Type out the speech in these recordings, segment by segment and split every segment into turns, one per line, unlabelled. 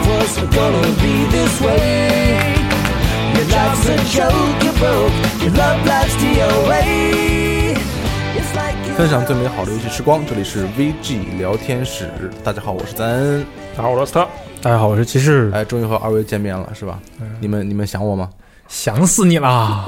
gonna be this way. Your life's a joke, you're broke. Your love life's DOA. It's like
分享最美好的游戏时光，这里是 VG 聊天室。大家好，我是赞恩。
大家好，我是罗斯特。
大家好，我是骑士，
哎，终于和二位见面了，是吧？
嗯
你们你们想我吗？
想死你啦！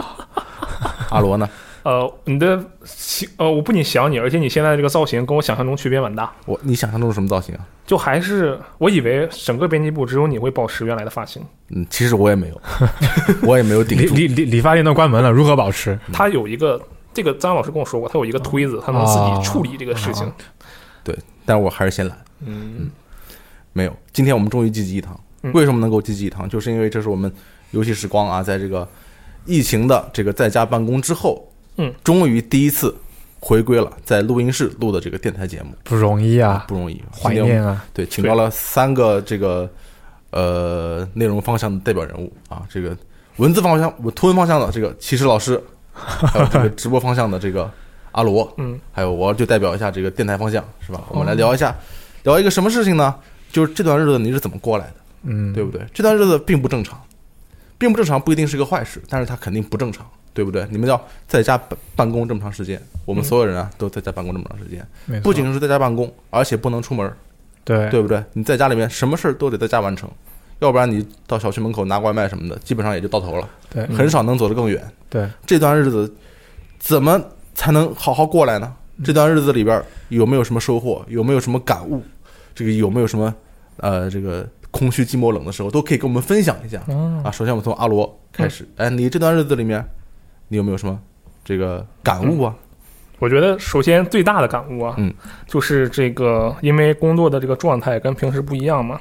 阿罗 呢？
呃，你的形呃，我不仅想你，而且你现在的这个造型跟我想象中区别蛮大。
我你想象中是什么造型啊？
就还是我以为整个编辑部只有你会保持原来的发型，
嗯，其实我也没有， 我也没有顶
理
住。
理理理发店都关门了，如何保持？
它有一个这个张老师跟我说过，它有一个推子，它能自己处理这个事情。
对，但我还是嫌懒。
嗯，
没有，今天我们终于聚集一堂。
嗯
为什么能够聚集一堂？就是因为这是我们游戏时光啊，在这个疫情的这个在家办公之后，
嗯，
终于第一次回归了在录音室录的这个电台节目，
不容易啊，
不容易，今
怀
天我们
念啊！
对，请到了三个这个呃内容方向的代表人物啊，这个文字方向、我图文方向的这个骑士老师，还有这个直播方向的这个阿罗，
嗯，
还有我就代表一下这个电台方向是吧？我们来聊一下，聊一个什么事情呢？就是这段日子你是怎么过来的，
嗯，
对不对？这段日子并不正常，并不正常不一定是个坏事，但是它肯定不正常。对不对？你们要在家办办公这么长时间，我们所有人啊都在家办公这么长时间，
没错
不仅是在家办公，而且不能出门，
对
对不对？你在家里面什么事儿都得在家完成，要不然你到小区门口拿外卖什么的，基本上也就到头了，
对
嗯
很少能走得更远。
对，
这段日子怎么才能好好过来呢？这段日子里边儿有没有什么收获？有没有什么感悟？这个有没有什么呃这个空虚、寂寞、冷的时候，都可以跟我们分享一下
嗯
哦
啊。首先我们从阿罗开始，
嗯
哎，你这段日子里面你有没有什么这个感悟啊？
我觉得首先最大的感悟啊，
嗯，
就是这个因为工作的这个状态跟平时不一样嘛。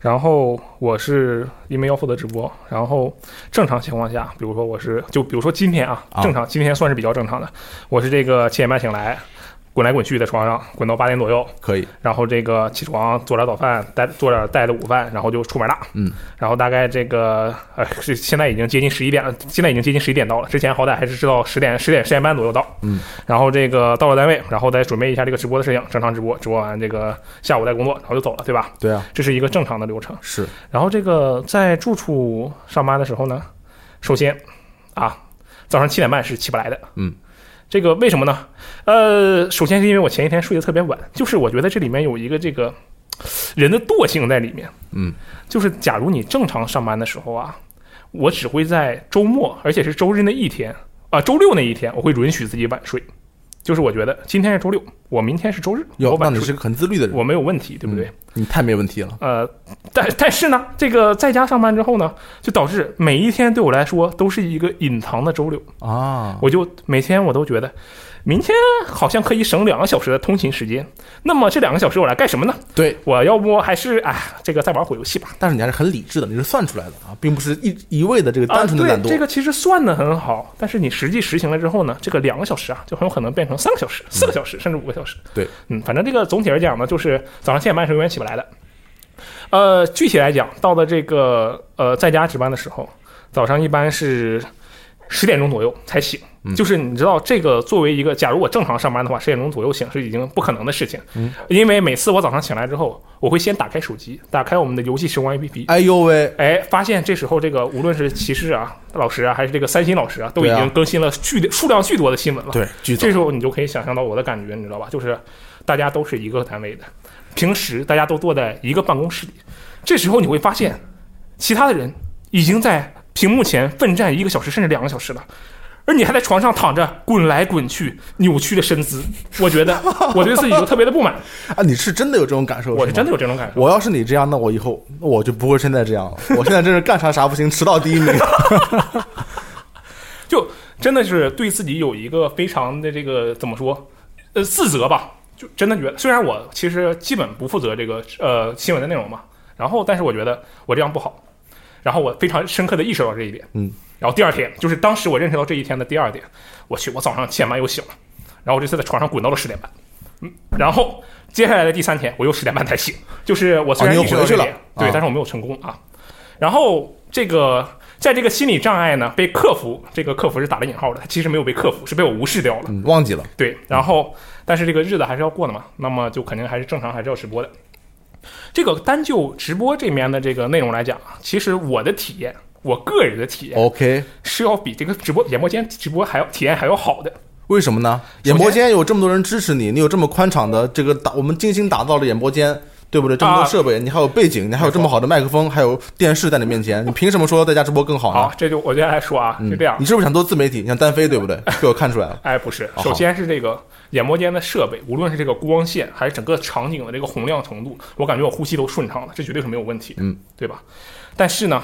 然后我是因为要负责直播，然后正常情况下，比如说我是就比如说今天啊
啊，
正常今天算是比较正常的，我是这个七点半醒来，滚来滚去在床上滚到八点左右，
可以，
然后这个起床做点早饭，带做点带的午饭，然后就出门了。
嗯，
然后大概这个呃是现在已经接近十一点了，现在已经接近十一点到了，之前好歹还是知道十点十点十点半左右到。
嗯，
然后这个到了单位，然后再准备一下这个直播的事情，正常直播，直播完这个下午再工作，然后就走了，对吧？
对啊，
这是一个正常的流程。
是
然后这个在住处上班的时候呢，首先啊，早上七点半是起不来的。
嗯，
这个为什么呢？呃，首先是因为我前一天睡得特别晚，就是我觉得这里面有一个这个人的惰性在里面。
嗯，
就是假如你正常上班的时候啊，我只会在周末，而且是周日那一天啊、周六那一天，我会允许自己晚睡。就是我觉得今天是周六，我明天是周日，我
哟，那
晚
你是
睡，
个很自律的人，
我没有问题，对不对？
嗯你太没问题了。
呃，但但是呢，这个在家上班之后呢，就导致每一天对我来说都是一个隐藏的周六。
啊，
我就每天我都觉得，明天好像可以省两个小时的通勤时间。那么这两个小时我来干什么呢？
对，
我要不还是哎，这个再玩会儿游戏吧。
但是你还是很理智的，你是算出来的啊，并不是一一味的这个
啊，
单纯的
对
懒惰。
这个其实算的很好，但是你实际实行了之后呢，这个两个小时啊，就很有可能变成三个小时、四个小时，甚至五个小时。
对，
嗯，反正这个总体来讲呢，就是早上七点半是永远起不来的。呃，具体来讲，到了这个呃在家值班的时候，早上一般是十点钟左右才醒。
嗯
就是你知道，这个作为一个，假如我正常上班的话，十点钟左右醒是已经不可能的事情。嗯，因为每次我早上醒来之后，我会先打开手机，打开我们的游戏时光 APP，
哎呦喂，
哎，发现这时候这个无论是骑士啊、老师啊，还是这个三星老师啊，都已
对啊
经更新了巨数量巨多的新闻了。，
对，剧
这时候你就可以想象到我的感觉，你知道吧？就是大家都是一个单位的，平时大家都坐在一个办公室里，这时候你会发现，其他的人已经在屏幕前奋战一个小时甚至两个小时了。而你还在床上躺着滚来滚去，扭曲的身姿，我觉得，我对自己就特别的不满。
啊，你是真的有这种感受？
我是
的。
真的有这种感受。
我要是你这样，那我以后我就不会现在这样 了。我现在真是干啥啥不行，迟到第一名。
就真的是对自己有一个非常的这个怎么说，呃，自责吧。就真的觉得，虽然我其实基本不负责这个呃新闻的内容嘛，然后但是我觉得我这样不好，然后我非常深刻的意识到这一点，
嗯，
然后第二天就是当时我认识到这一天的第二点，我去，我早上七点半又醒了，然后我这次在床上滚到了十点半，嗯，然后接下来的第三天我又十点半才醒，就是我虽然
哦你又
意识到
回去
这
了
点，对
啊，
但是我没有成功啊，然后这个在这个心理障碍呢被克服，这个克服是打了引号的，它其实没有被克服，是被我无视掉了。
嗯，忘记了，
对，然后但是这个日子还是要过的嘛，那么就肯定还是正常还是要直播的。这个单就直播这面的这个内容来讲，啊其实我的体验，我个人的体验、
OK，
是要比这个直播演播间直播还要体验还要好的。
为什么呢？
首先
演播间有这么多人支持你，你有这么宽敞的这个打，我们精心打造的演播间，对不对？这么多
啊
设备，你还有背景，你还有这么好的麦克风，还有电视在你面前，你凭什么说在家直播更好呢？
好，这就我接下来说啊，
啊嗯
就这样。
你是不是想做自媒体？你想单飞，对不对？被我看出来了。
哎，不是，
哦
首先是这个演播间的设备，无论是这个光线还是整个场景的这个洪亮程度，我感觉我呼吸都顺畅了，这绝对是没有问题的，
嗯，
对吧？但是呢，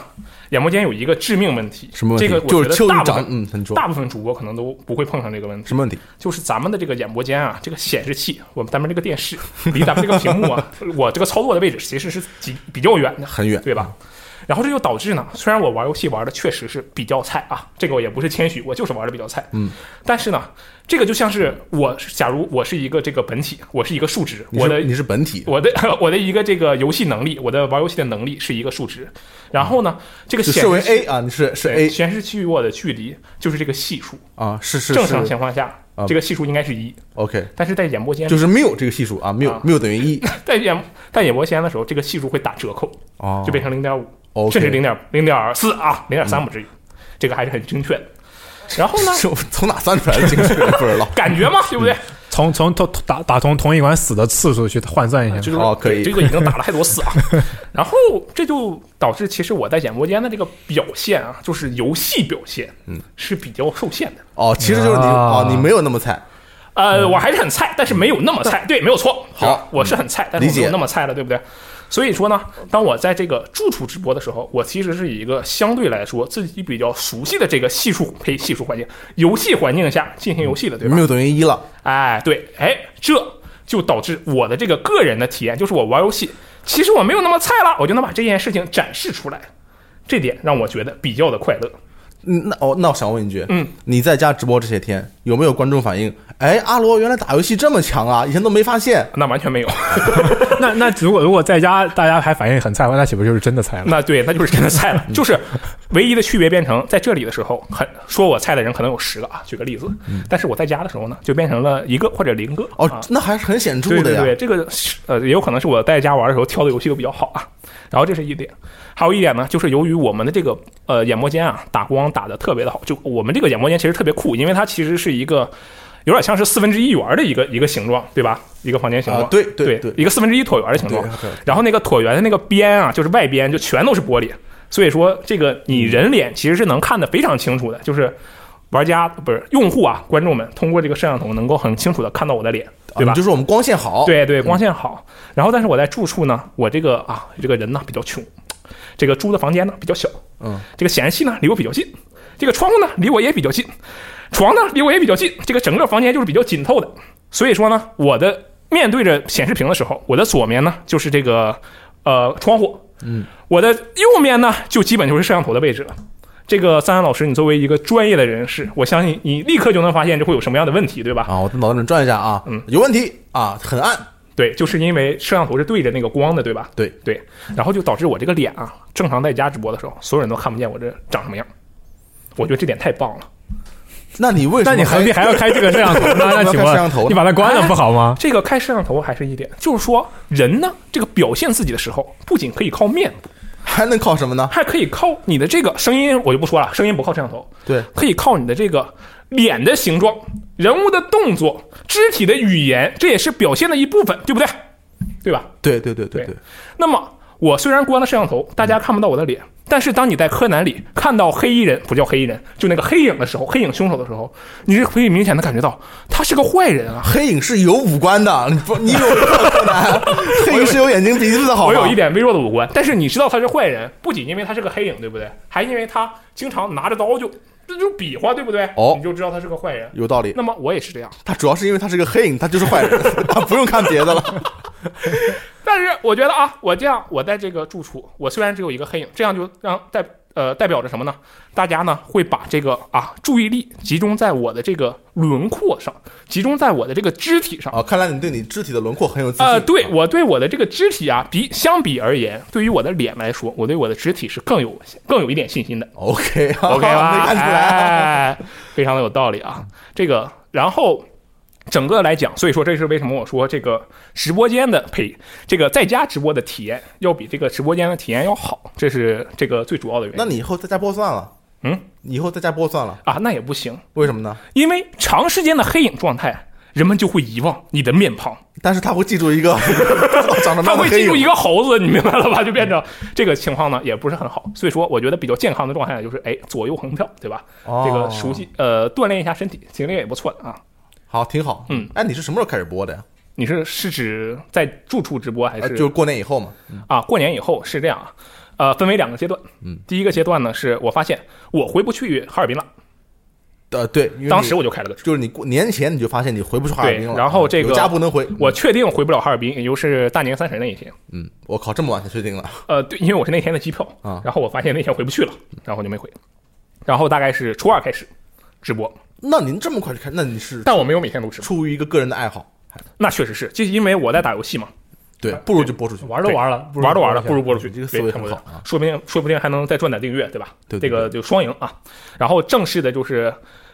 演播间有一个致命问题，
什么问题？
这个
就是秋
我觉
雨
得大部
长，
分、
嗯，你说
大部分主播可能都不会碰上这个问题，
什么问题？
就是咱们的这个演播间啊，这个显示器，我们咱们这个电视离咱们这个屏幕啊， 我这个操作的位置其实是比比较远的，
很远，
对吧？嗯然后这就导致呢，虽然我玩游戏玩的确实是比较菜啊，这个我也不是谦虚，我就是玩的比较菜。
嗯，
但是呢，这个就像是我，假如我是一个这个本体，我是一个数值，
你
我的
是你是本体，
我的 我的一个这个游戏能力，我的玩游戏的能力是一个数值，然后呢，这个
你
显
设为
示器
A 啊，你是是 A
显示器与我的距离就是这个系数，
啊，是是
正常
是
情况下
啊
这个系数应该是一，
，OK，
但是在演播间
就是 mu 这个系数啊，mu
啊
mu 等于 一，
在演在演播间的时候，这个系数会打折扣，
哦，
就变成零点五，
OK 嗯
甚至零点零点四啊，零点三不至于，这个还是很精确的。然后呢，
是我从哪算出来的精确不知道。
感觉嘛，对不对？
从从同打打从同一款死的次数去换算一下，
就是
哦可以
这个已经打了太多次 啊。然后这就导致，其实我在演播间的这个表现啊，就是游戏表现，嗯，是比较受限的。
哦，其实就是你
啊
哦，你没有那么菜，
呃，我还是很菜，但是没有那么菜，对，没有错。
嗯好嗯
我是很菜，但是我
理解
没有那么菜了，对不对？所以说呢，当我在这个住处直播的时候，我其实是以一个相对来说自己比较熟悉的这个系数呸系数环境、游戏环境下进行游戏的，对吧？
mu 等于一了，
哎，对，哎，这就导致我的这个个人的体验，就是我玩游戏，其实我没有那么菜了，我就能把这件事情展示出来，这点让我觉得比较的快乐。
嗯，那哦，那我想问一句，
嗯，
你在家直播这些天有没有观众反映？哎，阿罗原来打游戏这么强啊，以前都没发现。
那完全没有，
那那如果如果在家大家还反应很菜，那岂不就是真的菜了？
那对，那就是真的菜了。就是唯一的区别变成在这里的时候，很说我菜的人可能有十个啊，举个例子。但是我在家的时候呢，就变成了一个或者零个。
哦
啊，
那还是很显著
对
的
对
呀。啊
对，这个是呃也有可能是我在家玩的时候挑的游戏都比较好啊。然后这是一点，还有一点呢，就是由于我们的这个呃演播间啊打光打的特别的好，就我们这个演播间其实特别酷，因为它其实是一个有点像是四分之一圆的一个一个形状，对吧？一个房间形状，
啊对对
对
对
一个四分之一椭圆的形状
对对。
然后那个椭圆的那个边啊，就是外边就全都是玻璃，所以说这个
嗯
你人脸其实是能看得非常清楚的，就是。玩家不是用户啊，观众们通过这个摄像头能够很清楚的看到我的脸，
啊
对吧？
你就说我们光线好，，嗯
对对，光线好。然后，但是我在住处呢，我这个啊，这个人呢比较穷，这个租的房间呢比较小，
嗯，
这个显示器呢离我比较近，这个窗户呢离我也比较近，床呢离我也比较近，这个整个房间就是比较紧凑的。所以说呢，我的面对着显示屏的时候，我的左面呢就是这个呃窗户，
嗯，
我的右面呢就基本就是摄像头的位置了。这个三安老师，你作为一个专业的人士，我相信你立刻就能发现这会有什么样的问题，对吧？
啊，我在脑袋里转一下啊，
嗯
有问题啊，很暗，
对，就是因为摄像头是对着那个光的，对吧？
对
对，然后就导致我这个脸啊，正常在家直播的时候，所有人都看不见我这长什么样。我觉得这点太棒了。
那你为什么？
那你何必还要开这个摄 像头呢？那请
要开摄像头呢
问你把它关了不好吗？
哎这个开摄像头还是一点，就是说人呢，这个表现自己的时候，不仅可以靠面部，
还能靠什么呢？
还可以靠你的这个声音，我就不说了，声音不靠摄像头，
对，
可以靠你的这个脸的形状、人物的动作、肢体的语言，这也是表现的一部分，对不对？对吧？
对，对，对，对，
对
对，
那么我虽然关了摄像头，大家看不到我的脸，但是当你在柯南里看到黑衣人不叫黑衣人，就那个黑影的时候，黑影凶手的时候，你是可以明显的感觉到他是个坏人啊。
黑影是有五官的，你不，你有柯南，啊 黑影是有眼睛鼻子的，好
我
吗？
有一点微弱的五官，但是你知道他是坏人，不仅因为他是个黑影，对不对？还因为他经常拿着刀就这就比划，对不对？
哦
你就知道他是个坏人。
有道理。
那么我也是这样，
他主要是因为他是个黑影，他就是 坏人，他不用看别的了。
但是我觉得啊，我这样，我在这个住处，我虽然只有一个黑影，这样就让代呃代表着什么呢？大家呢会把这个啊注意力集中在我的这个轮廓上，集中在我的这个肢体上。
啊，看来你对你肢体的轮廓很有自信。
呃，对我对我的这个肢体啊，比相比而言，对于我的脸来说，我对我的肢体是更有更有一点信心的。
，OK，OK
OK 吧？哎
没看出来。
哎，非常的有道理啊。这个，然后整个来讲，所以说这是为什么我说这个直播间的配这个在家直播的体验要比这个直播间的体验要好，这是这个最主要的原因。
那你以后在家播算了，
嗯，
以后在家播算了，
啊，那也不行，
为什么呢？
因为长时间的黑影状态，人们就会遗忘你的面庞，
但是他会记住一个 长什么
他
样的
会
黑
记住一
影，
个猴子，你明白了吧？就变成这个情况呢，也不是很好。所以说，我觉得比较健康的状态呢，就是哎左右横跳，对吧？
哦
这个熟悉呃锻炼一下身体，其实也不错的啊。
好，挺好。
嗯，
哎，你是什么时候开始播的呀？
你是是指在住处直播还
呃
是、
就是过年以后嘛。
啊？过年以后是这样啊，呃，分为两个阶段。
嗯，
第一个阶段呢，是我发现我回不去哈尔滨了，
呃，对，因为
当时
你
我就开了个车。
就是你过年前你就发现你回不去哈尔滨了，嗯
对然后这个
有家不能回。
我确定回不了哈尔滨，也就是大年三十那一天。
嗯，我靠，这么晚才确定了。
呃，对，因为我是那天的机票
啊
然后我发现那天回不去了，然后我就没回。然后大概是初二开始直播，
那您这么快就开，那你是
但我没有每天都直播，
出于一个个人的爱好，
那确实是，就是因为我在打游戏嘛，
对，不如就播出去。
玩都玩了，
玩都玩了，不如播出去，
这个
对
思维
差不
很
多
好啊
说不定说不定还能再赚点订阅，对吧？
对对
这个就双赢啊。然后正式的就是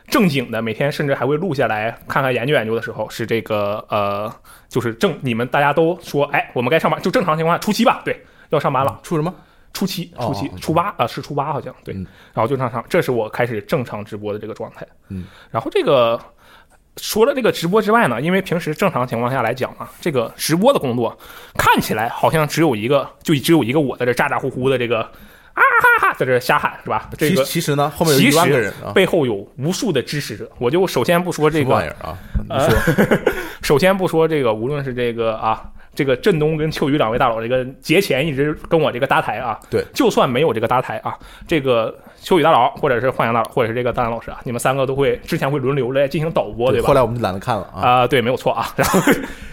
正经的，每天甚至还会录下来看看研究研究的时候，是这个呃，就是正你们大家都说，哎，我们该上班，就正常情况下初七吧，对，要上班了，
出什么？
初七，
哦
初七，初八啊、呃是初八好像对，
嗯
然后就上上，这是我开始正常直播的这个状态。
嗯，
然后这个除了这个直播之外呢，因为平时正常情况下来讲啊，这个直播的工作看起来好像只有一个，就只有一个我在这咋咋呼呼的这个啊哈哈在这瞎喊是吧？这
其
个
其实呢，后面有
其
一
实
万个人啊，
背后有无数的支持者。我就首先不说这
什么玩意
个，
儿啊？
呃，首先不说这个，无论是这个啊。这个振东跟秋雨两位大佬，这个节前一直跟我这个搭台啊，
对，
就算没有这个搭台啊，这个秋雨大佬或者是幻想大佬或者是这个大杨老师啊，你们三个都会之前会轮流来进行导播，对吧
后？来我们就懒得看了啊。
啊、对，没有错啊。 然后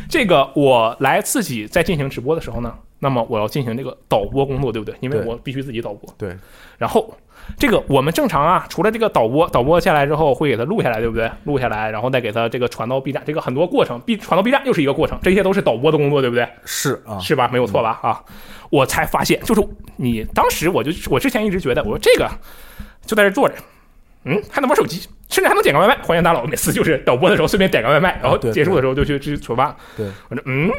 这个我来自己在进行直播的时候呢，那么我要进行这个导播工作，对不对？因为
对
我必须自己导播。
对，
然后这个我们正常啊，除了这个导播，导播下来之后会给它录下来，对不对？录下来，然后再给它这个传到 B 站，这个很多过程，B 传到 B 站又是一个过程，这些都是导播的工作，对不对？
是啊，
是吧？没有错吧？啊，我才发现，就是你当时我就我之前一直觉得，我说这个就在这坐着，嗯，还能玩手机，甚至还能点个外卖。欢迎大佬，每次就是导播的时候顺便点个外卖，然后
啊对
结束的时候就去去酒吧。
对，
我说嗯，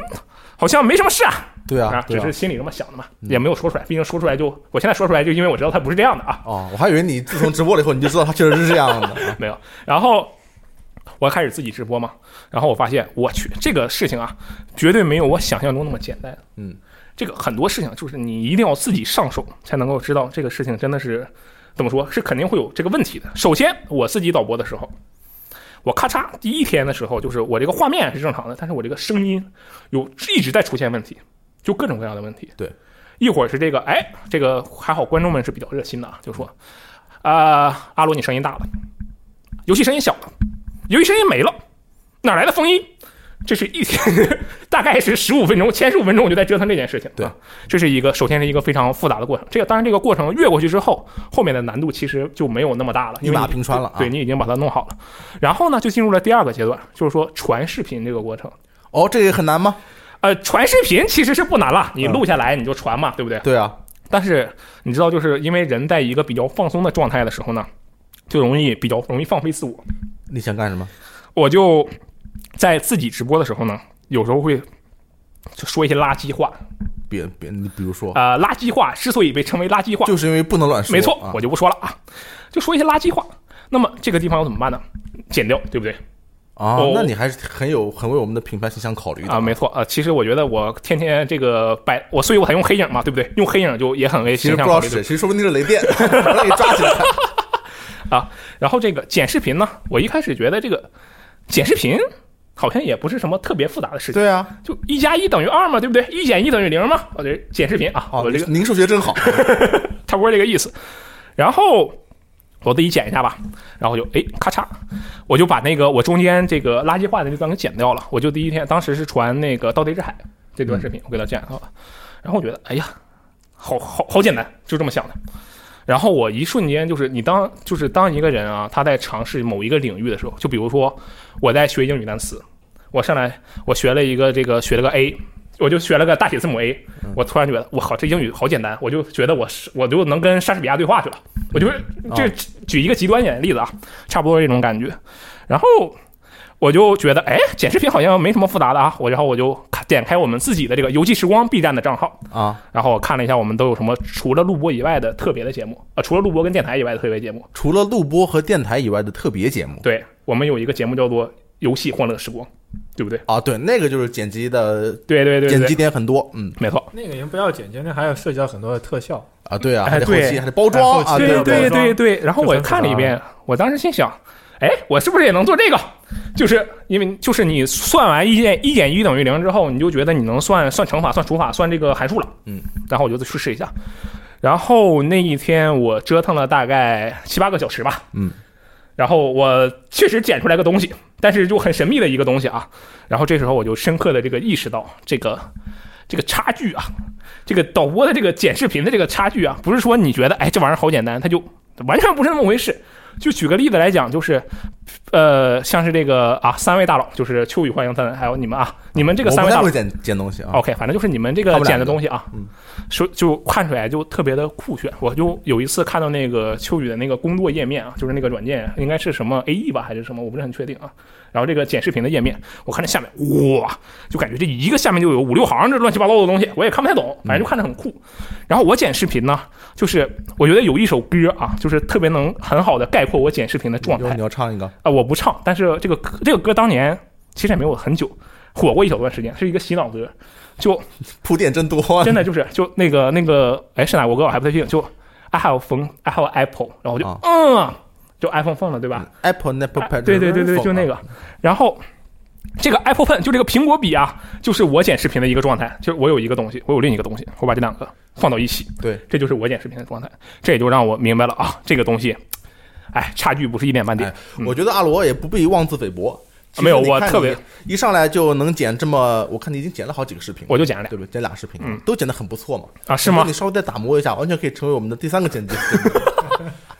好像没什么事啊，
对啊，对
只
啊
是心里这么想的嘛，也没有说出来。毕竟说出来就，我现在说出来就因为我知道他不是这样的啊，
哦，我还以为你自从直播了以后，你就知道他确实是这样 的啊。
没有。然后我开始自己直播嘛，然后我发现，我去，这个事情啊，绝对没有我想象中那么简单。
嗯，
这个很多事情就是你一定要自己上手才能够知道这个事情真的是怎么说，是肯定会有这个问题的。首先，我自己导播的时候。我咔嚓，第一天的时候，就是我这个画面是正常的，但是我这个声音有一直在出现问题，就各种各样的问题。
对，
一会儿是这个，哎，这个还好，观众们是比较热心的啊，就说，啊、阿罗你声音大了，游戏声音小了，游戏声音没了，哪来的风衣？这是一天， 大概是十五分钟，前十五分钟我就在折腾这件事情。
对
啊，这是一个首先是一个非常复杂的过程。这个当然这个过程越过去之后，后面的难度其实就没有那么大了，因为
一马
你
平川了啊
对你已经把它弄好了。然后呢，就进入了第二个阶段，就是说传视频这个过程。
哦，这个也很难吗？
呃，传视频其实是不难了，你录下来你就传嘛，对不对？
嗯对啊，
但是你知道，就是因为人在一个比较放松的状态的时候呢，就容易比较容易放飞自我。
你想干什么？
我就在自己直播的时候呢，有时候会就说一些垃圾话。
别别，你比如说，
呃，垃圾话之所以被称为垃圾话，
哦就是因为不能乱说。
没错
啊，
我就不说了啊，就说一些垃圾话。那么这个地方要怎么办呢？剪掉，对不对？
啊
哦，
那你还是很有很为我们的品牌形象考虑的
啊，没。错啊。其实我觉得我天天这个摆，我所以我才用黑影嘛，对不对？用黑影就也很为
其
形
实不
象
知道
考虑
是。谁，其实说不定是雷电， 把他给抓起来。
啊。然后这个剪视频呢，我一开始觉得这个剪视频好像也不是什么特别复杂的事情，
对啊，
就一加一等于二嘛，对不对？一减一等于零嘛。我这剪视频啊，
哦
我这，个
您数学真好。
差不多这个意思。然后我自己剪一下吧，然后就哎咔嚓，我就把那个我中间这个垃圾话的那段给剪掉了。我就第一天当时是传那个《盗贼之海》这段视频，我给它剪掉了。然后我觉得哎呀，好好好简单，就这么想的。然后我一瞬间就是你当就是当一个人啊，他在尝试某一个领域的时候，就比如说我在学英语单词，我上来我学了一个这个学了个 A，我就学了个大写字母 A，我
嗯
突然觉得我靠这英语好简单，我就觉得我是我就能跟莎士比亚对话去了，
哦
我就是这举一个极端一点的例子啊，差不多这种感觉。然后我就觉得，哎，剪视频好像没什么复杂的啊，我然后我就看点开我们自己的这个游记时光 B 站的账号，
啊，
然后我看了一下我们都有什么除了录播以外的特别的节目，呃，除了录播跟电台以外的特别节目，
除了录播和电台以外的特别节目
对我们有一个节目叫做《游戏欢乐时光》，对不对？
啊，对，那个就是剪辑的
对对对
剪
对
辑
对，
点很多，嗯
没错，
那个人不要剪辑，那还要涉及到很多的特效。
啊，对啊，
哎
还得后期
对
还得包装啊，
哎后期
对
对
对
对对
对
对。然后我
就很复杂
看了一遍，我当时心想，哎，我是不是也能做这个？就是因为就是你算完一减一减一等于零之后，你就觉得你能算算乘法、算除法、算这个函数了。
嗯，
然后我就去试一下。然后那一天我折腾了大概七八个小时吧。
嗯。
然后我确实剪出来个东西，但是就很神秘的一个东西啊。然后这时候我就深刻的这个意识到，这个这个差距啊，这个导播的这个剪视频的这个差距啊，不是说你觉得哎这玩意儿好简单，它就完全不是那么回事。就举个例子来讲，就是，呃，像是这个啊，三位大佬，就是秋雨、欢迎他们，还有你们啊，你们这个
我
三
不
位
太
大哦佬
会剪剪东西啊，
，OK，反正就是你们这
他
个
们两
剪
个
的东西啊
嗯，
说就看出来就特别的酷炫。我就有一次看到那个秋雨的那个工作页面啊，就是那个软件应该是什么 AE 吧还是什么，我不是很确定啊。然后这个剪视频的页面，我看这下面，哇，就感觉这一个下面就有五六行这乱七八糟的东西，我也看不太懂，反
嗯
正就看着很酷。然后我剪视频呢，就是我觉得有一首歌啊，就是特别能很好的概括我剪视频的状
一会
态
儿你。要唱一个，
啊、我不唱，但是这个歌这个歌当年其实也没有很久，火过一小段时间，是一个洗脑歌，就
铺垫真多 啊，
真的就是就那个那个哎是哪国歌我还不太确定，就 I have phone I have Apple，然后我就、
啊嗯
嗯，就 iPhone phone 了对吧？
Apple Apple
啊
Pen，
对对对对，就那
啊
个，然后。这个 Apple Pen 就这个苹果笔啊，就是我剪视频的一个状态，就是我有一个东西，我有另一个东西，我把这两个放到一起，
对，
这就是我剪视频的状态。这也就让我明白了啊，这个东西，哎，差距不是一点半点
哎。，我觉得阿罗也不必妄自菲薄。其实
嗯没有
你
我
看
特
你
别
一上来就能剪这么，我看你已经剪了好几个视频了，
我就剪了俩
对不对？剪俩视频，啊
嗯
都剪得很不错嘛。
啊是
我觉
吗
得你？稍微再打磨一下，完全可以成为我们的第三个剪辑。 对不对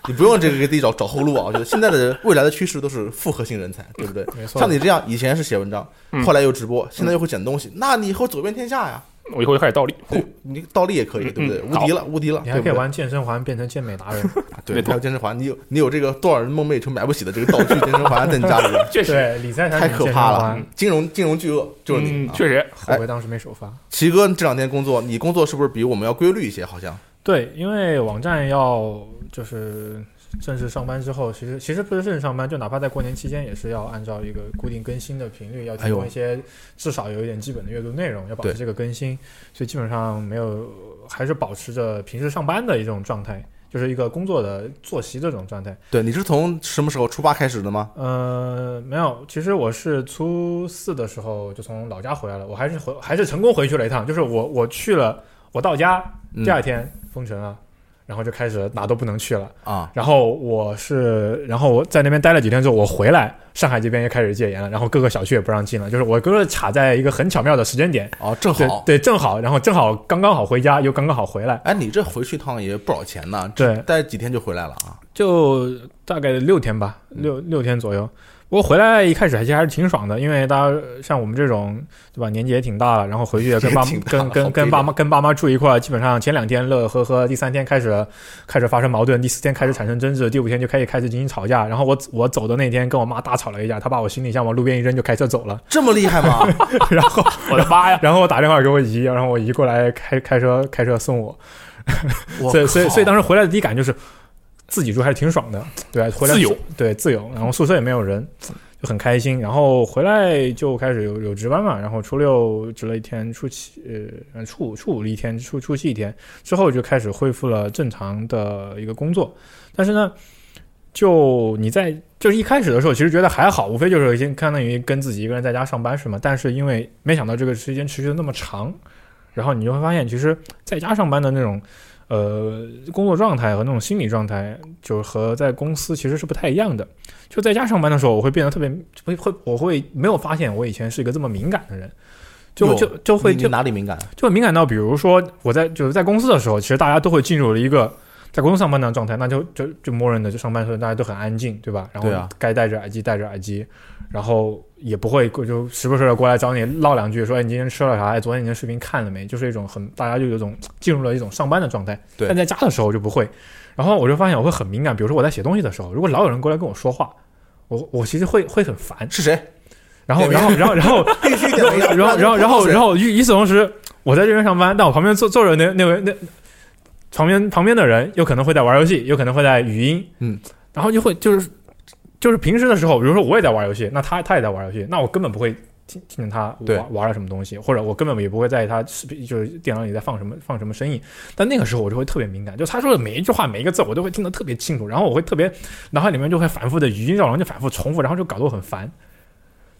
你不用这个给自己找找后路啊！我觉得现在的未来的趋势都是复合型人才，对不对？
没错
像你这样，以前是写文章，
嗯
后来又直播，现在又会剪东西，那你以后走遍天下呀！
我以后就开始倒立，
对，你倒立也可以，
嗯
对不对？
嗯
无敌了，无敌了！
你还可
对
以
不对
玩健身环，变成健美 达人。
对，
没错
还有健身环，你有你有这个多少人梦寐以求买不起的这个道具健身 环在你家里，
确实，
对，理财产
太
品
可
健身
怕
环
了，金融金融巨鳄就是你。
嗯
啊
确实，
后悔当时没首发。
奇哥这两天工作，你工作是不是比我们要规律一些？好像
对，因为网站要就是正式上班之后，其实其实不是正式上班，就哪怕在过年期间，也是要按照一个固定更新的频率，要
哎
提
呦
供一些至少有一点基本的阅读内容，要保
对
持这个更新，所以基本上没有，还是保持着平时上班的一种状态。就是一个工作的作息这种状态，
对，你是从什么时候出发开始的吗？
呃，没有，其实我是初四的时候就从老家回来了，我还是回还是成功回去了一趟，就是我我去了，我到家
嗯
第二天封城了，然后就开始哪都不能去了。
啊，
然后我是，然后我在那边待了几天之后，我回来，上海这边也开始戒严了，然后各个小区也不让进了，就是我哥哥卡在一个很巧妙的时间点，
哦，正
对
好。
对，正好，然后正好刚刚好回家，又刚刚好回来，
哎，你这回去一趟也不少钱呢，
对
待几天就回来了啊。
就大概六天吧，
嗯
六六天左右。不过回来一开始还是还是挺爽的，因为大家像我们这种对吧，年纪也挺大了，然后回去 也跟爸
也挺大了
跟
好悲
跟跟爸妈跟爸妈住一块儿，基本上前两天乐乐呵呵，第三天开始开始发生矛盾，第四天开始产生争执，第五天就开始开始进行吵架。然后我我走的那天跟我妈大吵了一架，她把我行李箱往路边一扔就开车走了，
这么厉害吗？
然后
我的妈呀！
然后我打电话给我姨，然后我姨过来开开车开车送我，
我
所以所以
靠
所以当时回来的第一感就是自己住还是挺爽的，对，回来
自由，
对自由，然后宿舍也没有人，就很开心。然后回来就开始有有值班嘛，然后初六值了一天，初七呃初五初五了一天，初初七一天，之后就开始恢复了正常的一个工作。但是呢，就你在就是一开始的时候，其实觉得还好，无非就是先相当于跟自己一个人在家上班是吗？但是因为没想到这个时间持续的那么长，然后你就会发现，其实在家上班的那种。呃，工作状态和那种心理状态，就是和在公司其实是不太一样的。就在家上班的时候，我会变得特别会会，我会没有发现我以前是一个这么敏感的人，就
哟
就就会
你
就
你哪里敏感？
就很敏感到，比如说我在就是在公司的时候，其实大家都会进入了一个在公司上班的状态，那就就就默认的就上班的时候大家都很安静，对吧？然后
对啊
该戴着耳机戴着耳机，然后也不会过就时不时的过来找你唠两句，说哎你今天吃了啥？哎昨天你的视频看了没？就是一种很大家就有一种进入了一种上班的状态，
对
但在家的时候就不会。然后我就发现我会很敏感，比如说我在写东西的时候，如果老有人过来跟我说话，我我其实会会很烦，
是谁？
然后然后然后然后
必须得回家
然后，然后，然后，然后，与与此同时，我在这边上班，但我旁边坐坐着那那位那旁边旁边的人，有可能会在玩游戏，有可能会在语音，
嗯，
然后就会就是就是平时的时候，比如说我也在玩游戏，那他他也在玩游戏，那我根本不会听听见他
对
玩玩了什么东西，或者我根本也不会在意他视频就是电脑里在放什么放什么声音，但那个时候我就会特别敏感，就他说的每一句话每一个字我都会听得特别清楚，然后我会特别脑海里面就会反复的语音绕梁就反复重复，然后就搞得我很烦。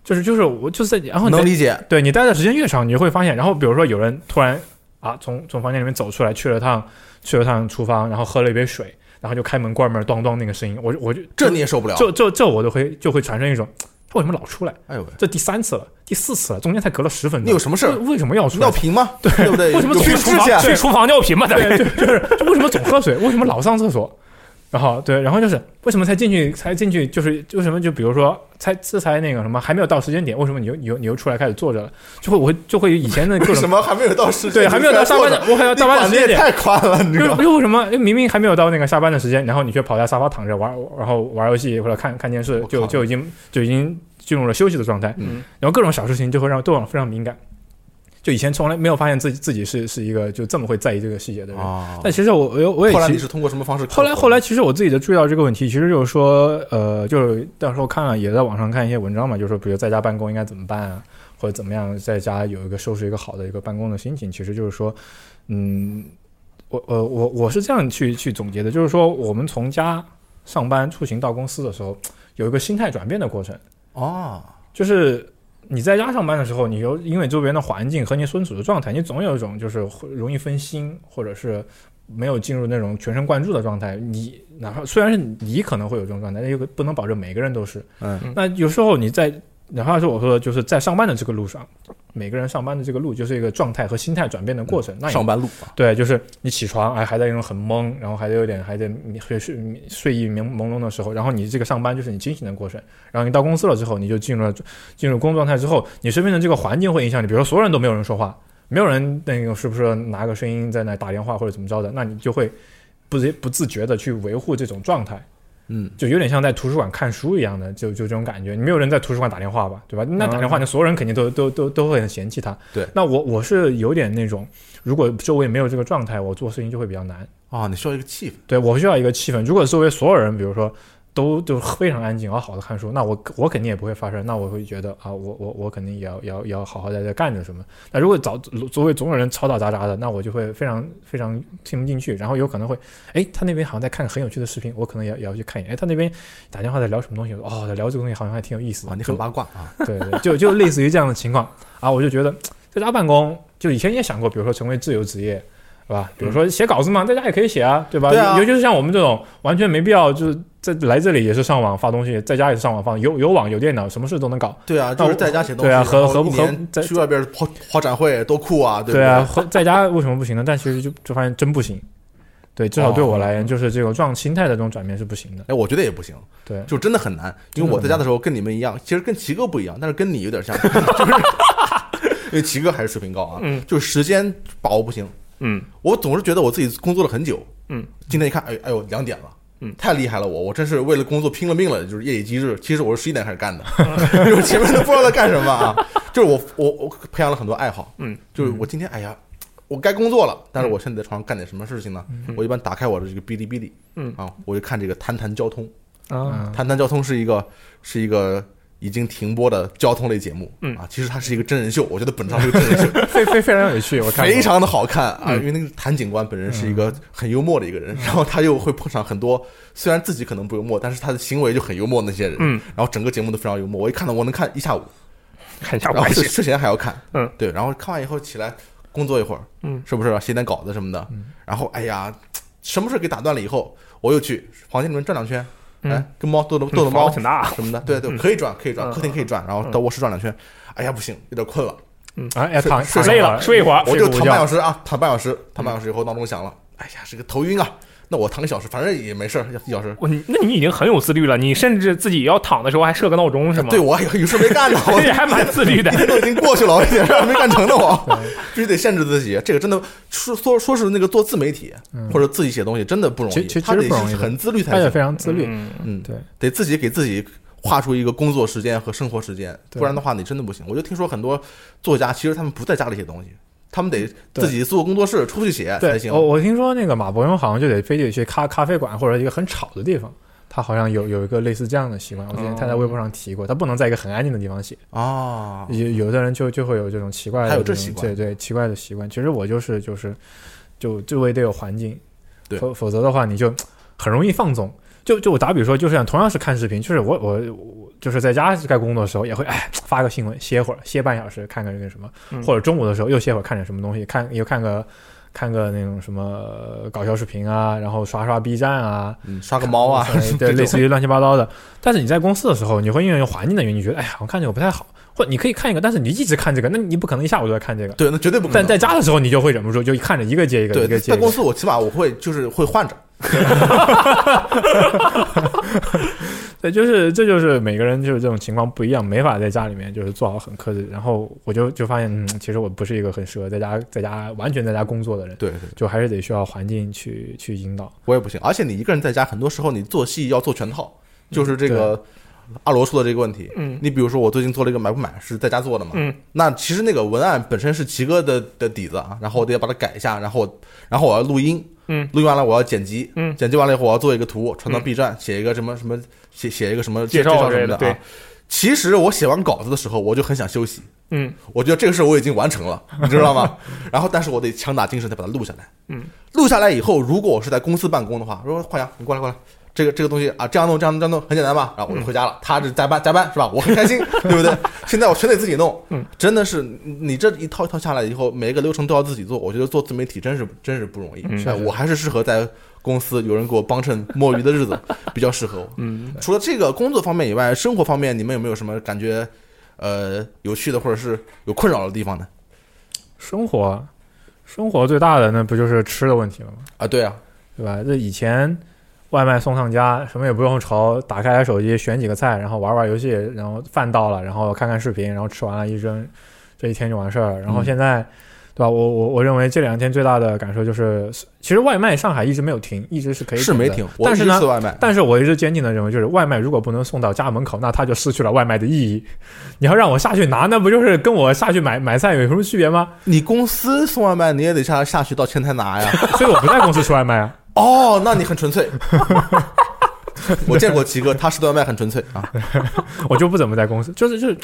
就是就是我就是在然后你在
能理解，
对你待的时间越长，你就会发现，然后比如说有人突然啊，从从房间里面走出来，去了趟去了趟厨房，然后喝了一杯水，然后就开门关门，咚咚那个声音，我就我就
这你也受不了。
这这这我都会就会产生一种，他为什么老出来？
哎呦喂，
这第三次了，第四次了，中间才隔了十分钟，
你有什么事儿
为为什么要出来
尿？频吗？对不对？
为什么
有
总
去
是
吃
厨
去
房？
去厨房尿频嘛，咱们
对，就就是就为什么总喝水？为什么老上厕所？然后对，然后就是为什么才进去才进去就是为什么就比如说才这才那个什么还没有到时间点，为什么你又你又你又出来开始坐着了？就会我会就会以前的各
为
种
什么还没有到时间？
对，还没有到上班的，我还要
你
到班的
管
时
的
间
也
点。
太宽了，你知道
又
吗？
又为什么？哎明明还没有到那个下班的时间，然后你却跑在沙发躺着玩，然后玩游戏或者看看电视，
我
就
靠
就已经就已经进入了休息的状态。
嗯
然后各种小事情就会让对我非常敏感。就以前从来没有发现自己自己是是一个就这么会在意这个细节的人。
啊
但其实我我也我也
后来
其
你是通过什么方式克服
后
的？
来，后来，其实我自己的注意到这个问题，其实就是说，呃，就是到时候看了，也在网上看一些文章嘛，就是说，比如在家办公应该怎么办啊，或者怎么样在家有一个收拾一个好的一个办公的心情，其实就是说，嗯，我呃我我是这样去去总结的，就是说，我们从家上班出行到公司的时候，有一个心态转变的过程，
哦，
就是。你在家上班的时候，你又因为周边的环境和你所处的状态，你总有一种就是会容易分心，或者是没有进入那种全神贯注的状态，你哪怕虽然是你可能会有这种状态，但又不能保证每个人都是。
嗯，
那有时候你在哪怕是我说的，就是在上班的这个路上，每个人上班的这个路就是一个状态和心态转变的过程。那你
上班路
对，就是你起床，哎，还在那种很懵，然后还在有点还在迷睡睡睡意朦朦胧的时候，然后你这个上班就是你清醒的过程，然后你到公司了之后，你就进入了进入工作状态之后，你身边的这个环境会影响你，比如说所有人都没有人说话，没有人那个是不是拿个声音在那打电话或者怎么着的，那你就会不自不自觉的去维护这种状态。
嗯，
就有点像在图书馆看书一样的，就就这种感觉。你没有人在图书馆打电话吧，对吧？那打电话，那所有人肯定都都都都会很嫌弃他。
对
那我我是有点那种，如果周围没有这个状态，我做事情就会比较难。
啊，你需要一个气氛。
对我需要一个气氛。如果周围所有人，比如说都就非常安静，啊好好的看书，那我我肯定也不会发声，那我会觉得啊，我我我肯定也要也要也要好好在这干着什么。那如果早周围总有人吵吵杂杂的，那我就会非常非常听不进去，然后有可能会，哎，他那边好像在看很有趣的视频，我可能也也要去看一眼。哎，他那边打电话在聊什么东西？哦，在聊这个东西好像还挺有意思的。
啊，你
就
很八卦啊！
对对，就就类似于这样的情况啊，我就觉得在家办公，就以前也想过，比如说成为自由职业，是吧？比如说写稿子嘛，在家也可以写啊，嗯对吧？
对啊
尤尤其是像我们这种完全没必要，就是在来这里也是上网发东西，在家也是上网发，有有网有电脑，什么事都能搞。
对啊，就是在家写东西，
对啊
然
和
后
和
一年
和
去外边跑跑展会，多酷啊！对不
对啊，，和在家为什么不行呢？但其实就就发现真不行。对，至少对我来言，就是这种状心态的这种转变是不行的。
哎，我觉得也不行，
对，
就真的很难。因为我在家的时候跟你们一样，其实跟奇哥不一样，但是跟你有点像， 就是因为奇哥还是水平高啊，
嗯
就是时间把握不行。
嗯
我总是觉得我自己工作了很久，
嗯，
今天一看，哎哎呦，两点了。
嗯
太厉害了我，我真是为了工作拼了命了，就是夜以继日。其实我是十一点开始干 的，就是前面都不知道在干什么啊。就是我我我培养了很多爱好，
嗯，
就是我今天哎呀，我该工作了，但是我现在在床上干点什么事情呢？我一般打开我的这个哔哩哔哩，
嗯
啊，我就看这个《谈谈交通》，
啊，
《谈谈交通》是一个是一个已经停播的交通类节目，
嗯
啊，其实它是一个真人秀，我觉得本质上是个真人秀，
非非 非常有趣，我看过
非常的好看啊！
嗯
因为那个谭警官本人是一个很幽默的一个人，然后他又会碰上很多虽然自己可能不幽默，但是他的行为就很幽默的那些人。
嗯，
然后整个节目都非常幽默，我一看到我能看一下午，
看一下
然后
关
睡
系，
睡前还要看。
嗯，
对，然后看完以后起来工作一会儿，
嗯，
是不是写点稿子什么的？然后哎呀，什么事儿给打断了以后，我又去房间里面转两圈，
嗯
哎，跟猫逗逗逗逗猫
房子，挺大，
什么的，对对，可以转可以转，
嗯
客厅可以转，然后到卧室转两圈，哎呀不行，有点困了。
啊，要躺
睡
躺
累了，睡一会儿，
我
睡
就
不
躺
着
半小时啊，躺半小时，躺半小时以后闹钟响了，哎呀，这个头晕啊，那我躺个小时，反正也没事儿，一小时。
我你那你已经很有自律了，你甚至自己要躺的时候还设个闹钟是吗？
对，我还哎有有事没 干呢， 我
哎
这还蛮自律的
一。天都已经过去了，我一点事儿没干成呢，我必须得限制自己。这个真的说说说是那个做自媒体或者自己写东西，真的不容
其
易，
其其
他
实
得
不容易
是
的
很自律才
他也
行，
非常自律。
嗯
嗯，
对，
得自己给自己划出一个工作时间和生活时间，
对
不然的话你真的不行。我就听说很多作家其实他们不在家里写东西，他们得自己做工作室出去写才
对，
行
我。我听说那个马伯庸好像就得非得去咖咖啡馆或者一个很吵的地方，他好像有有一个类似这样的习惯。我之
哦
前他在微博上提过，他不能在一个很安静的地方写。
啊，
有有的人就就会有这种奇怪的种，
还有这习惯
对对，奇怪的习惯。其实我就是就是，就周围得有环境，
对
否否则的话你就很容易放纵。就就我打比说，就是像同样是看视频，就是我我我就是在家该工作的时候也会哎发个新闻歇会儿，歇半小时看看那个什么，
嗯
或者中午的时候又歇会儿看点什么东西，看又看个看个那种什么呃搞笑视频啊，然后刷刷 B 站啊，
嗯，刷个猫 啊，
哎
这
对，
种
类似于乱七八糟的。但是你在公司的时候，你会因为环境的原因，你觉得哎呀，我看这个不太好，或者你可以看一个，但是你一直看这个，那你不可能一下午都在看这个。
对，那绝对不可
但
能。
在家的时候，你就会忍不住就看着一个接一个，一个
对，
接
在
一
公
个。
司我起码我会就是会换着，
对，就是这就是每个人就是这种情况不一样，没法在家里面就是做好很克制。然后我就就发现，嗯，其实我不是一个很适合在家在家完全在家工作的人，
对对，
就还是得需要环境去去引导。
我也不行。而且你一个人在家，很多时候你做戏要做全套，就是这个阿罗说的这个问题。
嗯
你比如说，我最近做了一个买不买是在家做的嘛？
嗯，
那其实那个文案本身是齐哥的的底子啊，然后我得把它改一下，然后我然后我要录音，
嗯，
录音完了我要剪辑，
嗯
剪辑完了以后我要做一个图传到 B 站，写一个什么什么写写一个什么
介
绍
绍
什
之
么
类
的
的
啊。
对
其实我写完稿子的时候，我就很想休息，
嗯
我觉得这个事儿我已经完成 了，你知道吗？然后，但是我得强打精神再把它录下来。
嗯，
录下来以后，如果我是在公司办公的话，说焕阳，你过来过来，这个这个东西啊，这样弄这样弄这样弄很简单吧？然后我就回家
嗯
了。他这加班加班是吧？我很开心，对 不对？现在我全得自己弄。
嗯，
真的是你你这一套一套下来以后，每一个流程都要自己做。我觉得做自媒体真是真是不容易。
嗯
哎
是
我还是适合在公司有人给我帮衬摸鱼的日子比较适合我。
嗯，
除了这个工作方面以外，生活方面你们有没有什么感觉，呃，有趣的或者是有困扰的地方呢？
生活，生活最大的那不就是吃的问题了吗？
啊，对啊，
对吧？这以前外卖送上家，什么也不用愁，打开手机选几个菜，然后玩玩游戏，然后饭到了，然后看看视频，然后吃完了，一扔，这一天就完事儿了。然后
嗯
现在，对吧？我我我认为这两天最大的感受就是，其实外卖上海一直没有停，一直是可以
是
点
没
的
停，我
但是
第一
呢
次。外卖，
但是我一直坚定的认为，就是外卖如果不能送到家门口，那它就失去了外卖的意义。你要让我下去拿，那不就是跟我下去买买菜有什么区别吗？
你公司送外卖你也得下下去到前台拿呀。
所以我不在公司吃外卖啊。
哦，那你很纯粹。 我见过奇哥，他吃的外卖很纯粹啊。
我就不怎么在公司，就是就是，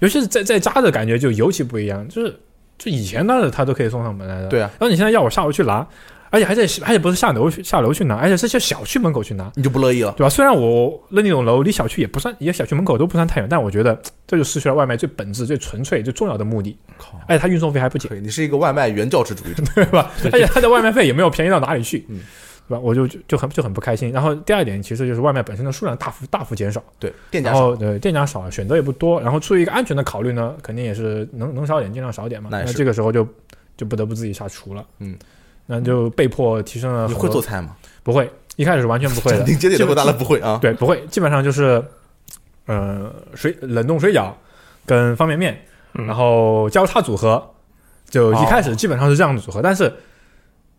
尤其是在在家的感觉就尤其不一样，就是就以前当然他都可以送上门来的，
对啊，
然后你现在要我下楼去拿，而且还在而且不是下楼去下楼去拿，而且是去小区门口去拿，
你就不乐意了。
对吧？虽然我那那种楼离小区也不算，也小区门口都不算太远，但我觉得这就失去了外卖最本质、最纯粹、最重要的目的，
靠，
而且它运送费还不减，
对你是一个外卖原教旨主义者。
对吧？而且它的外卖费也没有便宜到哪里去，
嗯
对吧？我就就就很就很不开心。然后第二点其实就是外卖本身的数量大幅大幅减少。
对，店家
然后对店家少，选择也不多，然后出于一个安全的考虑呢，肯定也是能能少点尽量少点嘛。
那也
那
是
这个时候就就不得不自己下厨了，
嗯，
那就被迫提升了
你
很多。
会做菜吗？
不会，一开始是完全不会的，
你节点
基
都
本
回答了不会啊。
对，不会，基本上就是，呃，水冷冻水饺跟方便面，
嗯
然后交叉组合，就一
哦
开始基本上是这样的组合，但是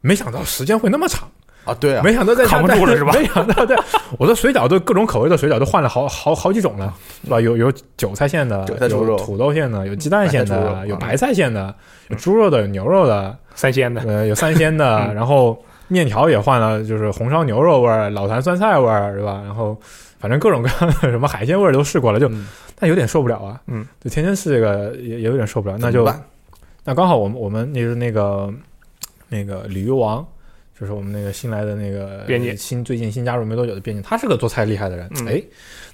没想到时间会那么长。
啊，对啊，
没想到在家
扛不住了是吧
没想到在 我的水饺都各种口味的水饺都换了好好好几种 了，是吧？有有韭菜馅的，
韭菜猪肉
有土豆馅的，有鸡蛋馅
白菜猪肉
的，有
嗯
白菜馅的，有猪肉的，有牛肉的，
三鲜的，
呃，有三 鲜的，然后面条也换了，就是红烧牛肉味儿、老坛酸菜味儿，是吧？然后反正各种各样的什么海鲜味儿都试过了，就
嗯
但有点受不了啊，
嗯，
就天天吃这个也也有点受不了，那
怎么
就
办
那刚好我们我们就是那个那个旅游王，就是我们那个新来的那个
编辑
新最近新加入没多久的编辑，他是个做菜厉害的人，
嗯
哎，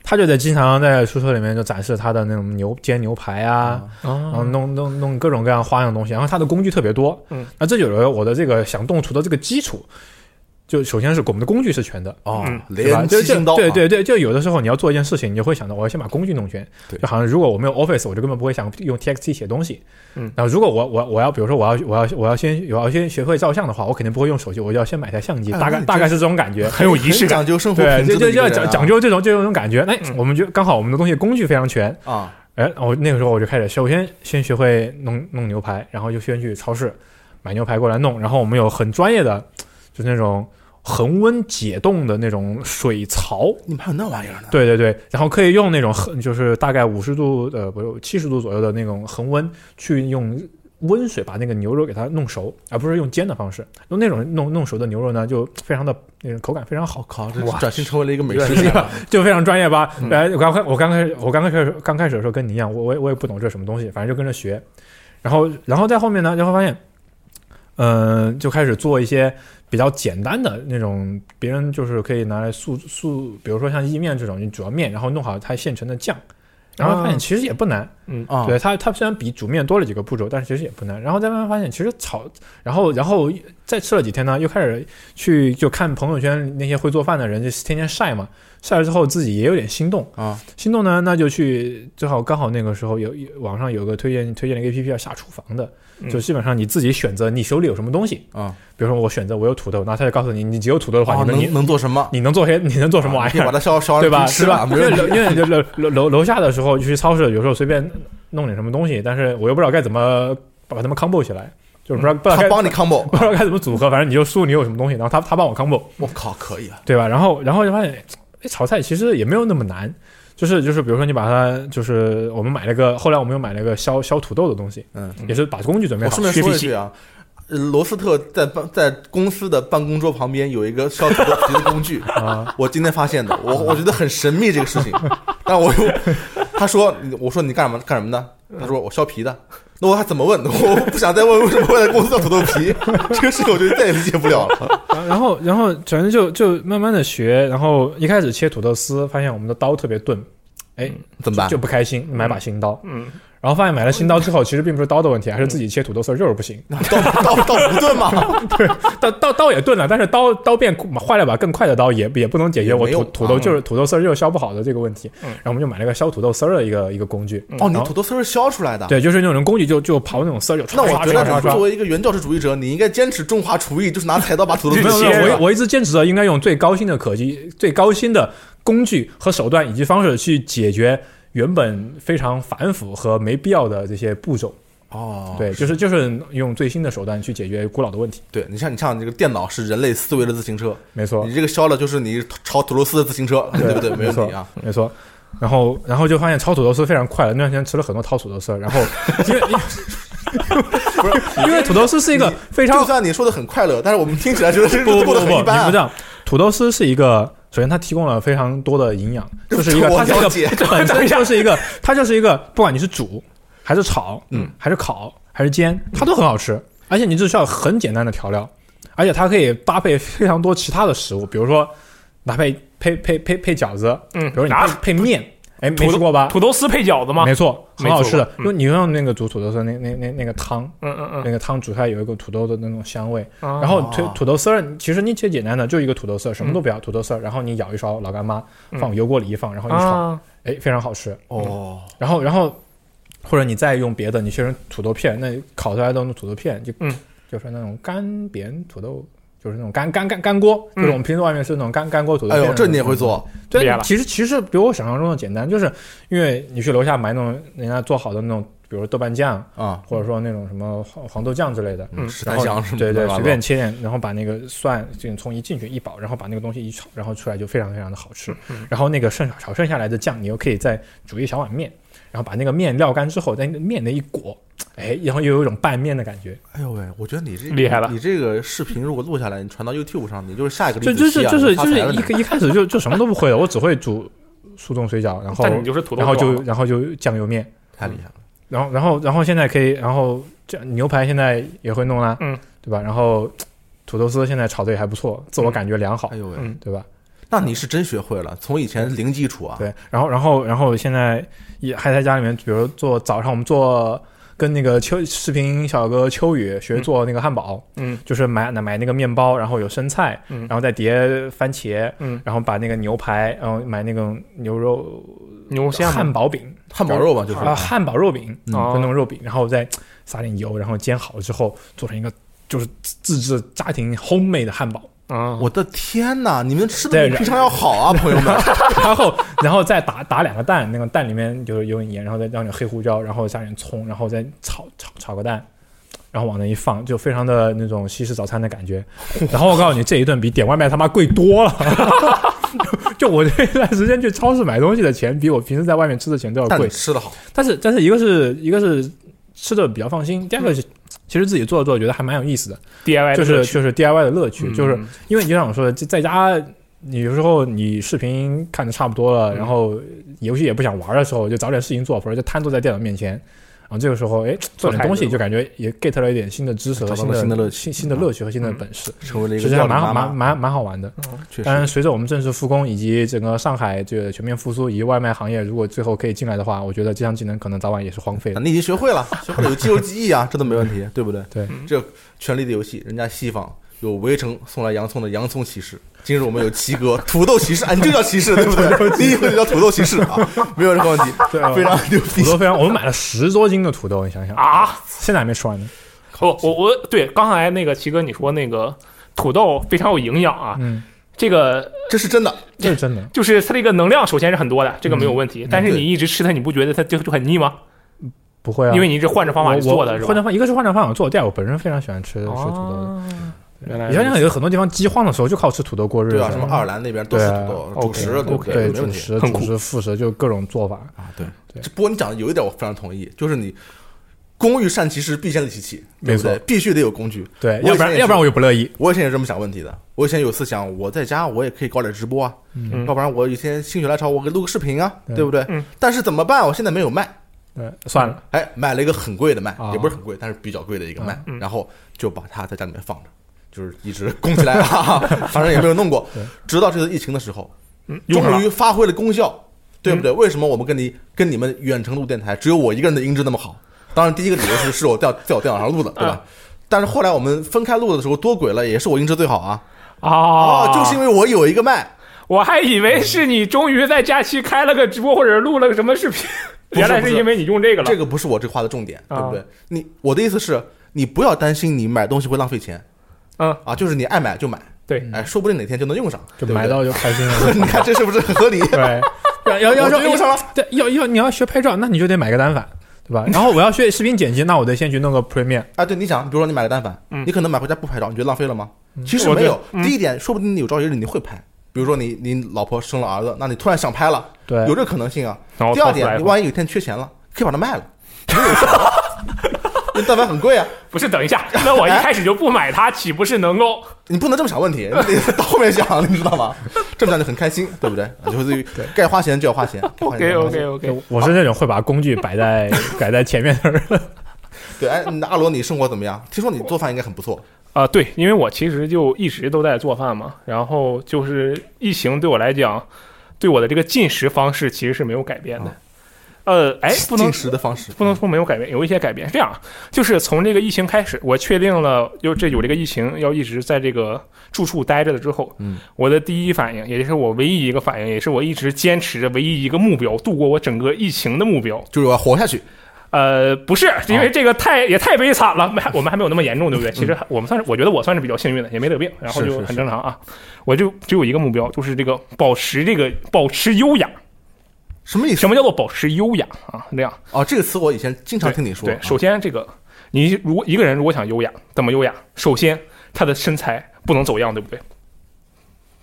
他就在经常在宿舍里面就展示他的那种牛煎牛排啊，然后
哦，
弄弄弄各种各样花样的东西，然后他的工具特别多，
嗯，
那这就有了我的这个想动厨的这个基础，就首先是我们的工具是全的，
哦
嗯，
对吧？
连
就
七
就
星刀啊，
对对对，就有的时候你要做一件事情，你就会想到我要先把工具弄全。
对
就好像如果我没有 Office，我就根本不会想用 TXT 写东西。
嗯
然后如果我我我要比如说我要我要我要先我要先学会照相的话，我肯定不会用手机，我就要先买台相机，
哎
大概
那你
大概是这种感觉。
很有仪式
很
感，
讲究生活
对，
品
就
质的
就
一
就
个
要
人啊。
讲讲究这种这种感觉。哎，
嗯
我们就刚好我们的东西工具非常全。
啊，
哎，我那个时候我就开始，首先先学会弄弄牛排，然后就先去超市买牛排过来弄。然后我们有很专业的，就是那种恒温解冻的那种水槽，
你们还有那玩意儿啊呢？
对对对，然后可以用那种恒，就是大概五十度呃，不是七十度左右的那种恒温，去用温水把那个牛肉给它弄熟，而不是用煎的方式。用那种弄弄熟的牛肉呢，就非常的那种口感非常好，
靠，这
哇
转型成为了一个美食
对
家。
就非常专业吧呃
嗯。
来，我刚开我刚开始我刚开始刚开始的时候跟你一样，我我也我也不懂这是什么东西，反正就跟着学。然后然后在后面呢，就会发现，嗯、就开始做一些比较简单的那种，别人就是可以拿来速速，比如说像意面这种，你煮要面，然后弄好它现成的酱。然后发现其实也不难，
嗯
啊，
对它它虽然比煮面多了几个步骤，但是其实也不难。然后再慢慢发现，其实炒，然后然后再吃了几天呢，又开始去就看朋友圈那些会做饭的人，就天天晒嘛，晒了之后自己也有点心动，
啊，
心动呢，那就去，正好刚好那个时候有有网上有个推荐推荐了一个 A P P 叫下厨房的，
嗯
就基本上你自己选择你手里有什么东西
啊，
比如说我选择我有土豆，那他就告诉你，你只有土豆的话，
啊
你能
能
你
能做什么？
你能做些你能做什么玩
你
意
可以把
儿，
它烧烧完
对吧？
吃
是
吧
吧？因为
没
楼因为楼楼楼楼下的时候就去超市，有时候随便弄点什么东西，但是我又不知道该怎么把它们 combo 起来，就是不知道不知道
嗯他
该
帮你 combo，
不知道该怎么组合，反正你就输你有什么东西，然后他他帮我 combo，
我靠，可以啊！
对吧？然后然后就发现，哎，炒菜其实也没有那么难，就是就是，比如说你把它，就是我们买了个，后来我们又买了个削削土豆的东西，
嗯，
也是把工具准备
我
好
顺，便说一句
削
啊，呃罗斯特在办在公司的办公桌旁边有一个烧土豆皮的工具
啊
我今天发现的，我我觉得很神秘这个事 情，但我又他说我说你干什么干什么的？他说我削皮的。那我还怎么问？我不想再问为什么会在公司要土豆皮，这个事情我就再也理解不了了。
然后然后反正就就慢慢的学，然后一开始切土豆丝，发现我们的刀特别钝，哎，
怎么办？
就不开心，买把新刀，
嗯，
然后发现买了新刀之后，其实并不是刀的问题，还是自己切土豆丝儿就是不行，
刀刀刀不钝吗？
刀刀刀也钝了，但是刀刀变坏了把更快的刀也也不能解决
也
我
没有
土土豆就是土豆丝儿就是削不好的这个问题，
嗯
然后我们就买了个削土豆丝儿的一个一个工具。
哦，你
嗯然后
土豆丝是削出来的。
对，就是那种工具就就刨那种丝儿，就唰
那我
唰
觉
唰
得
唰
你作
唰。
为一个原教旨主义者，你应该坚持中华厨艺，就是拿菜刀把土豆
没
丝
有
切
没有，
了
我我一直坚持的应该用最高薪的科技、最高薪的工具和手段以及方式去解决原本非常繁复和没必要的这些步骤。
哦，
对，就是就是用最新的手段去解决古老的问题。
对，你像你像这个电脑是人类思维的自行车，
没错，
你这个削了就是你炒土豆丝的自行车，对不对？没
没
问
错
题啊。
没错。然后，然后就发现炒土豆丝非常快了。那段时间吃了很多炒土豆丝， 然后因为因为因为土豆丝是一个非常
就算你说的很快乐，但是我们听起来觉得这
不不
个
不
过
不，
得很一般
你不这
啊。
样，土豆丝是一个，首先它提供了非常多的营养，就是一个
我
它是一
了解
个它 本身就是一个它就是一个，不管你是煮还是炒，嗯，还是烤还是煎，它都很好吃，而且你只需要很简单的调料，而且它可以搭配非常多其他的食物，比如说搭配配配配配饺子，
嗯
比如你
哪
配配面，哎，没
土
吃
豆
过吧？
土豆丝配饺子吗？
没错，很
没
好
做
吃的
过。
因为你用那个煮土豆丝那那那那个汤，
嗯嗯嗯
那个汤煮出来有一个土豆的那种香味。
啊
然后
哦
土土豆丝儿，其实你最简单的就一个土豆丝儿，什么都不要，土豆丝儿。然后你舀一勺老干妈，放油锅里一放，然后一炒，
嗯啊，
哎，非常好吃。
哦，
然后然后或者你再用别的，你切成土豆片，那烤出来的那种土豆片就
嗯
就是那种干煸土豆。就是那种干干干干锅，就是我们平时外面吃那种干干锅土豆
哎
片。
呦，这你也会？做？
对
嗯厉害，了
其实其实比我想象中的简单，就是因为你去楼下买那种人家做好的那种，比如说豆瓣酱，
啊？
或者说那种什么黄黄豆酱之类的，
嗯
十
嗯然
三
后
香是吗？
对对，
乱七八
随
糟
便切点，然后把那个蒜、这种葱一进去一爆，然后把那个东西一炒，然后出来就非常非常的好吃。
嗯
然后那个剩炒剩下来的酱，你又可以再煮一小碗面，然后把那个面晾干之后，在那个面那一裹，哎，然后又有一种拌面的感觉。
哎呦喂，我觉得你这
厉害了
你这个视频如果录下来，你传到 YouTube 上，你就是下一个
就
李
就
子
是
柒啊
就是
你
就
发
是
财了
一
你
个一开始就就什么都不会的，我只会煮速冻水饺，然后
但你就是土豆
然后
做
就
好
然后就酱油面，
太厉害了。
然后，然后，然后现在可以，然后这牛排现在也会弄啦，
嗯，
对吧？然后土豆丝现在炒的也还不错，自我感觉良好，
哎呦喂，
嗯
对吧？
那你是真学会了，从以前零基础啊。
对，然后，然后，然后现在也还在家里面，比如做早上我们做跟那个秋视频小哥秋雨学做那个汉堡，
嗯
就是买买那个面包，然后有生菜，
嗯
然后再叠番茄，
嗯，
然后把那个牛排，然后买那种牛肉
牛馅
汉
嘛
堡饼，
汉堡肉吧，就是
啊，汉堡肉饼，
嗯
就那
哦
种肉饼，然后再撒点油，然后煎好之后做成一个就是自制的家庭 homemade 的汉堡，
啊，
我的天哪！你们吃的
对
比平常要好啊，朋友们。
然后然后再打打两个蛋，那个蛋里面就是有点盐，然后再放点黑胡椒，然后加点葱，然后再炒炒炒个蛋，然后往那一放，就非常的那种西式早餐的感觉。然后我告诉你，这一顿比点外卖他妈贵多了。 就我这段时间去超市买东西的钱，比我平时在外面吃的钱都要
但
贵
你。吃的好，
但是但是一个是一个是吃的比较放心，第二个是其实自己做着做着觉得还蛮有意思的，
DIY
就
的哎乐
是
趣
就是 DIY 的乐趣，
嗯
就是因为你就像我说的，就在家。你有时候你视频看的差不
嗯
多了，然后游戏也不想玩的时候，就找点事情做，或者就瘫坐在电脑面前，然后这个时候，哎，做点东西就感觉也 get 了一点新的知识和
找到
新
了新的
的
乐趣
新新的乐趣和新的本事，
成为了一
其
个
实
料理
还蛮
妈
好蛮
妈，
蛮蛮好玩的。
嗯确
当然，
实，
随着我们正式复工以及整个上海这个全面复苏，以及外卖行业如果最后可以进来的话，我觉得这项技能可能早晚也是荒废的。
你已经学会了，学会了有肌肉记忆啊，这都没问题，对不对？
对，
这《权力的游戏》，人家西方有围城送来洋葱的洋葱骑士，今日我们有奇哥土豆骑士，啊，你就叫骑士对 不对？你以后就叫土豆骑士啊，没有任何问题，
对啊
非常牛
土
逼。
豆非常，我们买了十多斤的土豆，你想想，
啊。
现在还没吃完呢。
我我我对刚才那个齐哥你说那个土豆非常有营养啊，
嗯，
这个
这是真的，
这是 真的，
就是它这个能量首先是很多的，这个
嗯
没有问题。但是
对
你一直吃它，你不觉得它就就很腻吗？
不会啊，
因为你一直换着方法去做的是
换
吧？
成一个是换成方法做，第二我本身非常喜欢吃吃土豆的。
哦，原来
你想想，有很多地方饥荒的时候就靠吃土豆过日子，
对啊
啊
吧？什么爱尔兰那边都是土豆，
对啊
主食，对不
OK，OK，
对？没
主
问题
食、
很
主
酷
食、副食，就各种做法。
啊。对，
对
这不过你讲的有一点我非常同意，就是你工欲善其事，必先利其器，对不对
没
必须得有工具。
对，
我以前
要不
也
然
是
要不然我就不乐意。
我以前也是这么想问题的。我以前有次想，我在家我也可以搞点直播啊，
嗯
要不然我有一天心血来潮，我给录个视频啊，
对
对不对？
嗯
但是怎么办？我现在没有麦，
对，算了，
哎，买了一个很贵的麦，
啊
也不是很贵，但是比较贵的一个麦，
嗯
然后就把它在家里面放着，就是一直供起来 啊，反正也没有弄过，直到这次疫情的时候，
嗯用上
终
了嗯
于发挥了功效，对不对？为什么我们跟你跟你们远程录电台，只有我一个人的音质那么好？当然，第一个理由是是我掉在我电脑上录的，对吧？
啊
但是后来我们分开录的时候，多轨了也是我音质最好啊！
啊，
就是因为我有一个麦，
我还以为是你终于在假期开了个直播或者录了个什么视频，
不是
原来
不是
因为你用这个了。
这个不是我这话的重点，对不对
啊？
你我的意思是，你不要担心你买东西会浪费钱，
嗯
啊，就是你爱买就买，
对，
哎，说不定哪天就能用上，
嗯
对
就
不
买
对。
到就开心 了。
你看这是不是很合理？
对，要要要
我就用上了
对，要要你要学拍照，那你就得买个单反，对吧？然后我要学视频剪辑，那我得先去弄个 Premiere。
啊，对，你想，比如说你买个单反，
嗯
你可能买回家不拍照，你觉得浪费了吗？其实
我
没
觉
有。
嗯
第一点，说不定你有朝一日你会拍，比如说你你老婆生了儿子，那你突然想拍了，
对
有这个可能性啊。
然后
第二
掏出来
点，你
了
万一有一天缺钱了，可以把它卖了，没有事 因为单反很贵啊，
不是等一下，那我一开始就不买它，岂不是 能够？
你不能这么想问题，你 得到后面想，你知道吗？这么想就很开心，对不对？啊就会该花钱就要花钱。该花钱
OK
就要花钱
OK OK，
我是那种会把工具摆在摆在前面 的人。
对，哎，那阿罗，你生活怎么样？听说你做饭应该很不错，
啊，对，因为我其实就一直都在做饭嘛，然后就是疫情对我来讲，对我的这个进食方式其实是没有改变的。呃，哎，不能
哦进食的方式，
不能说没有改变，有一些改变。是这样，啊就是从这个疫情开始，我确定了有这有这个疫情要一直在这个住处待着了之后，
嗯，
我的第一反应，也就是我唯一一个反应，也是我一直坚持着唯一一个目标，度过我整个疫情的目标。
就是我要活下去。
呃，不是，因
哦
为这个太也太悲惨了，没我们还没有那么严重，对不对？其实还我们算是，我觉得我算是比较幸运的，也没得病，然后
嗯是
就是很
是
正常啊。我就只有一个目标，就是这个保持这个保持优雅。
什么意思
什？么叫做保持优雅啊？这样，
哦，这个词我以前经常
对
听你说。啊
对，首先这个你如果一个人如果想优雅，怎么优雅？首先他的身材不能走样，对不对？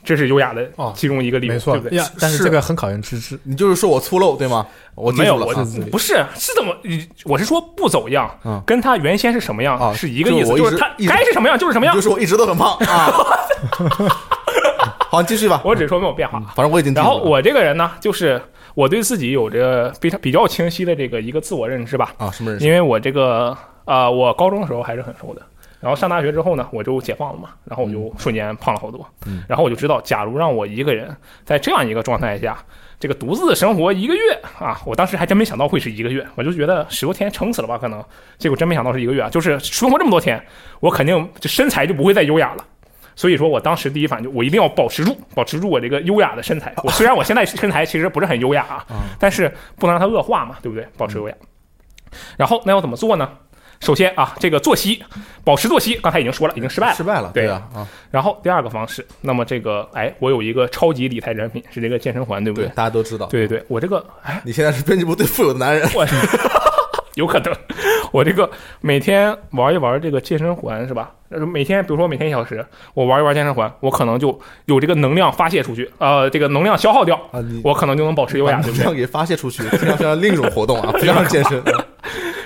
这是优雅的
哦
其中一个理由，
没错
对不，对？
呀，但是
是
这个很考验资质。
你就是说我粗陋对吗？我记住
没有，
了
我
啊
自己
不是是怎么？我是说不走样，
嗯
跟他原先是什么样、
啊
是一个意思，
就是
就
我
是
一直
他
一直
该是什么样就是什么
你
样
就。说我一直都很胖啊。 好，你继续吧。
我只说没有变化。
反正我已经记
然
住嗯了。
后我这个人呢，就是我对自己有着非常比较清晰的这个一个自我认知吧，
啊，什么人是？
因为我这个啊，呃我高中的时候还是很瘦的，然后上大学之后呢，我就解放了嘛，然后我就瞬间胖了好多。
嗯
然后我就知道，假如让我一个人在这样一个状态下，这个独自生活一个月啊，我当时还真没想到会是一个月，我就觉得十多天撑死了吧，可能。结果真没想到是一个月，啊，就是生活这么多天，我肯定这身材就不会再优雅了。所以说我当时第一反应就，我一定要保持住，保持住我这个优雅的身材。我虽然我现在身材其实不是很优雅啊，但是不能让它恶化嘛，对不对？保持优雅。然后那要怎么做呢？首先啊，这个作息，保持作息，刚才已经说了，已经失败了
失，败了，
对
对啊，啊，
然后第二个方式，那么这个，哎，我有一个超级理财产品，是这个健身环，对不
对，
对
大家都知道。，
对对对，我这个，哎，
你现在是编辑部最富有的男人，
我有可能，我这个每天玩一玩这个健身环是吧？呃每天比如说每天一小时，我玩一玩健身环，我可能就有这个能量发泄出去，呃，这个能量消耗掉，
啊，你啊
我可能就能保持优
把
雅，对
能
不对？
量给发泄出去，这样像另一种活动 啊，不像健身。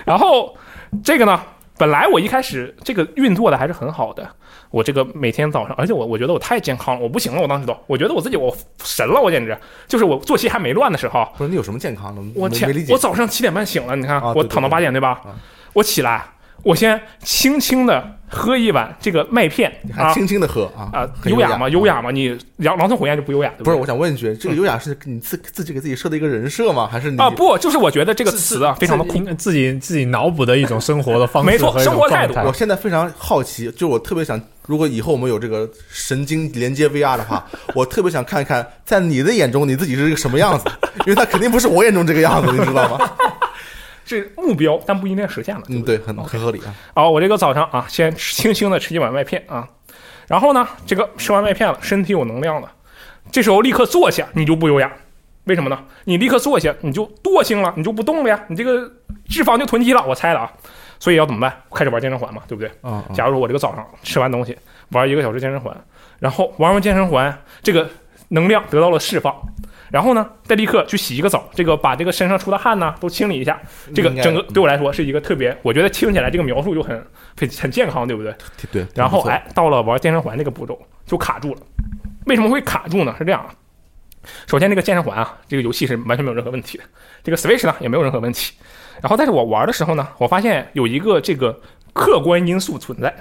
然后这个呢，本来我一开始这个运作的还是很好的，我这个每天早上，而且我我觉得我太健康了，我不行了，我当时都，我觉得我自己我神了，我简直就是我作息还没乱的时候，
不是你有什么健康的？
我
没没
前
理解
我。早上七点半醒了，你看、
啊
我
对对
躺到
对
八点对吧？
啊
我起来，我先轻轻的喝一碗这个麦片
你还
啊
轻轻的喝啊
啊，
很
优
雅
嘛，优。雅嘛，你狼狼吞虎咽就不优雅，对
不
对
是，我想问一句，这个优雅是你自自己给自己设的一个人设吗？还是你
啊，不，就是我觉得这个词啊非常的酷
自，
呃
自己自己脑补的一种生活的方式，
没错生活态度
我现在非常好奇，就我特别想，如果以后我们有这个神经连接 VR 的 话，我特别想看一看，在你的眼中你自己是一个什么样子，因为他肯定不是我眼中这个样子，你知道吗？
是目标，但不一定实现了。对
嗯，
不对
对，很很合理啊。
好，我这个早上啊，先吃轻轻的吃一碗麦片啊，然后呢，这个吃完麦片了，身体有能量了，这时候立刻坐下，你就不优雅。为什么呢？你立刻坐下，你就惰性了，你就不动了呀，你这个脂肪就囤积了，我猜的啊。所以要怎么办？开始玩健身环嘛，对不对？
啊
假如说我这个早上吃完东西，玩一个小时健身环，然后玩完健身环，这个能量得到了释放，然后呢，再立刻去洗一个澡，这个把这个身上出的汗呢都清理一下，这个
应该
整个
嗯
对我来说是一个特别，我觉得听起来这个描述就很很很健康，对不对？
对。
然后
不错，
哎，到了玩健身环这个步骤就卡住了，为什么会卡住呢？是这样啊，首先这个健身环啊，这个游戏是完全没有任何问题的，这个 Switch 呢也没有任何问题。然后但是我玩的时候呢，我发现有一个这个客观因素存在，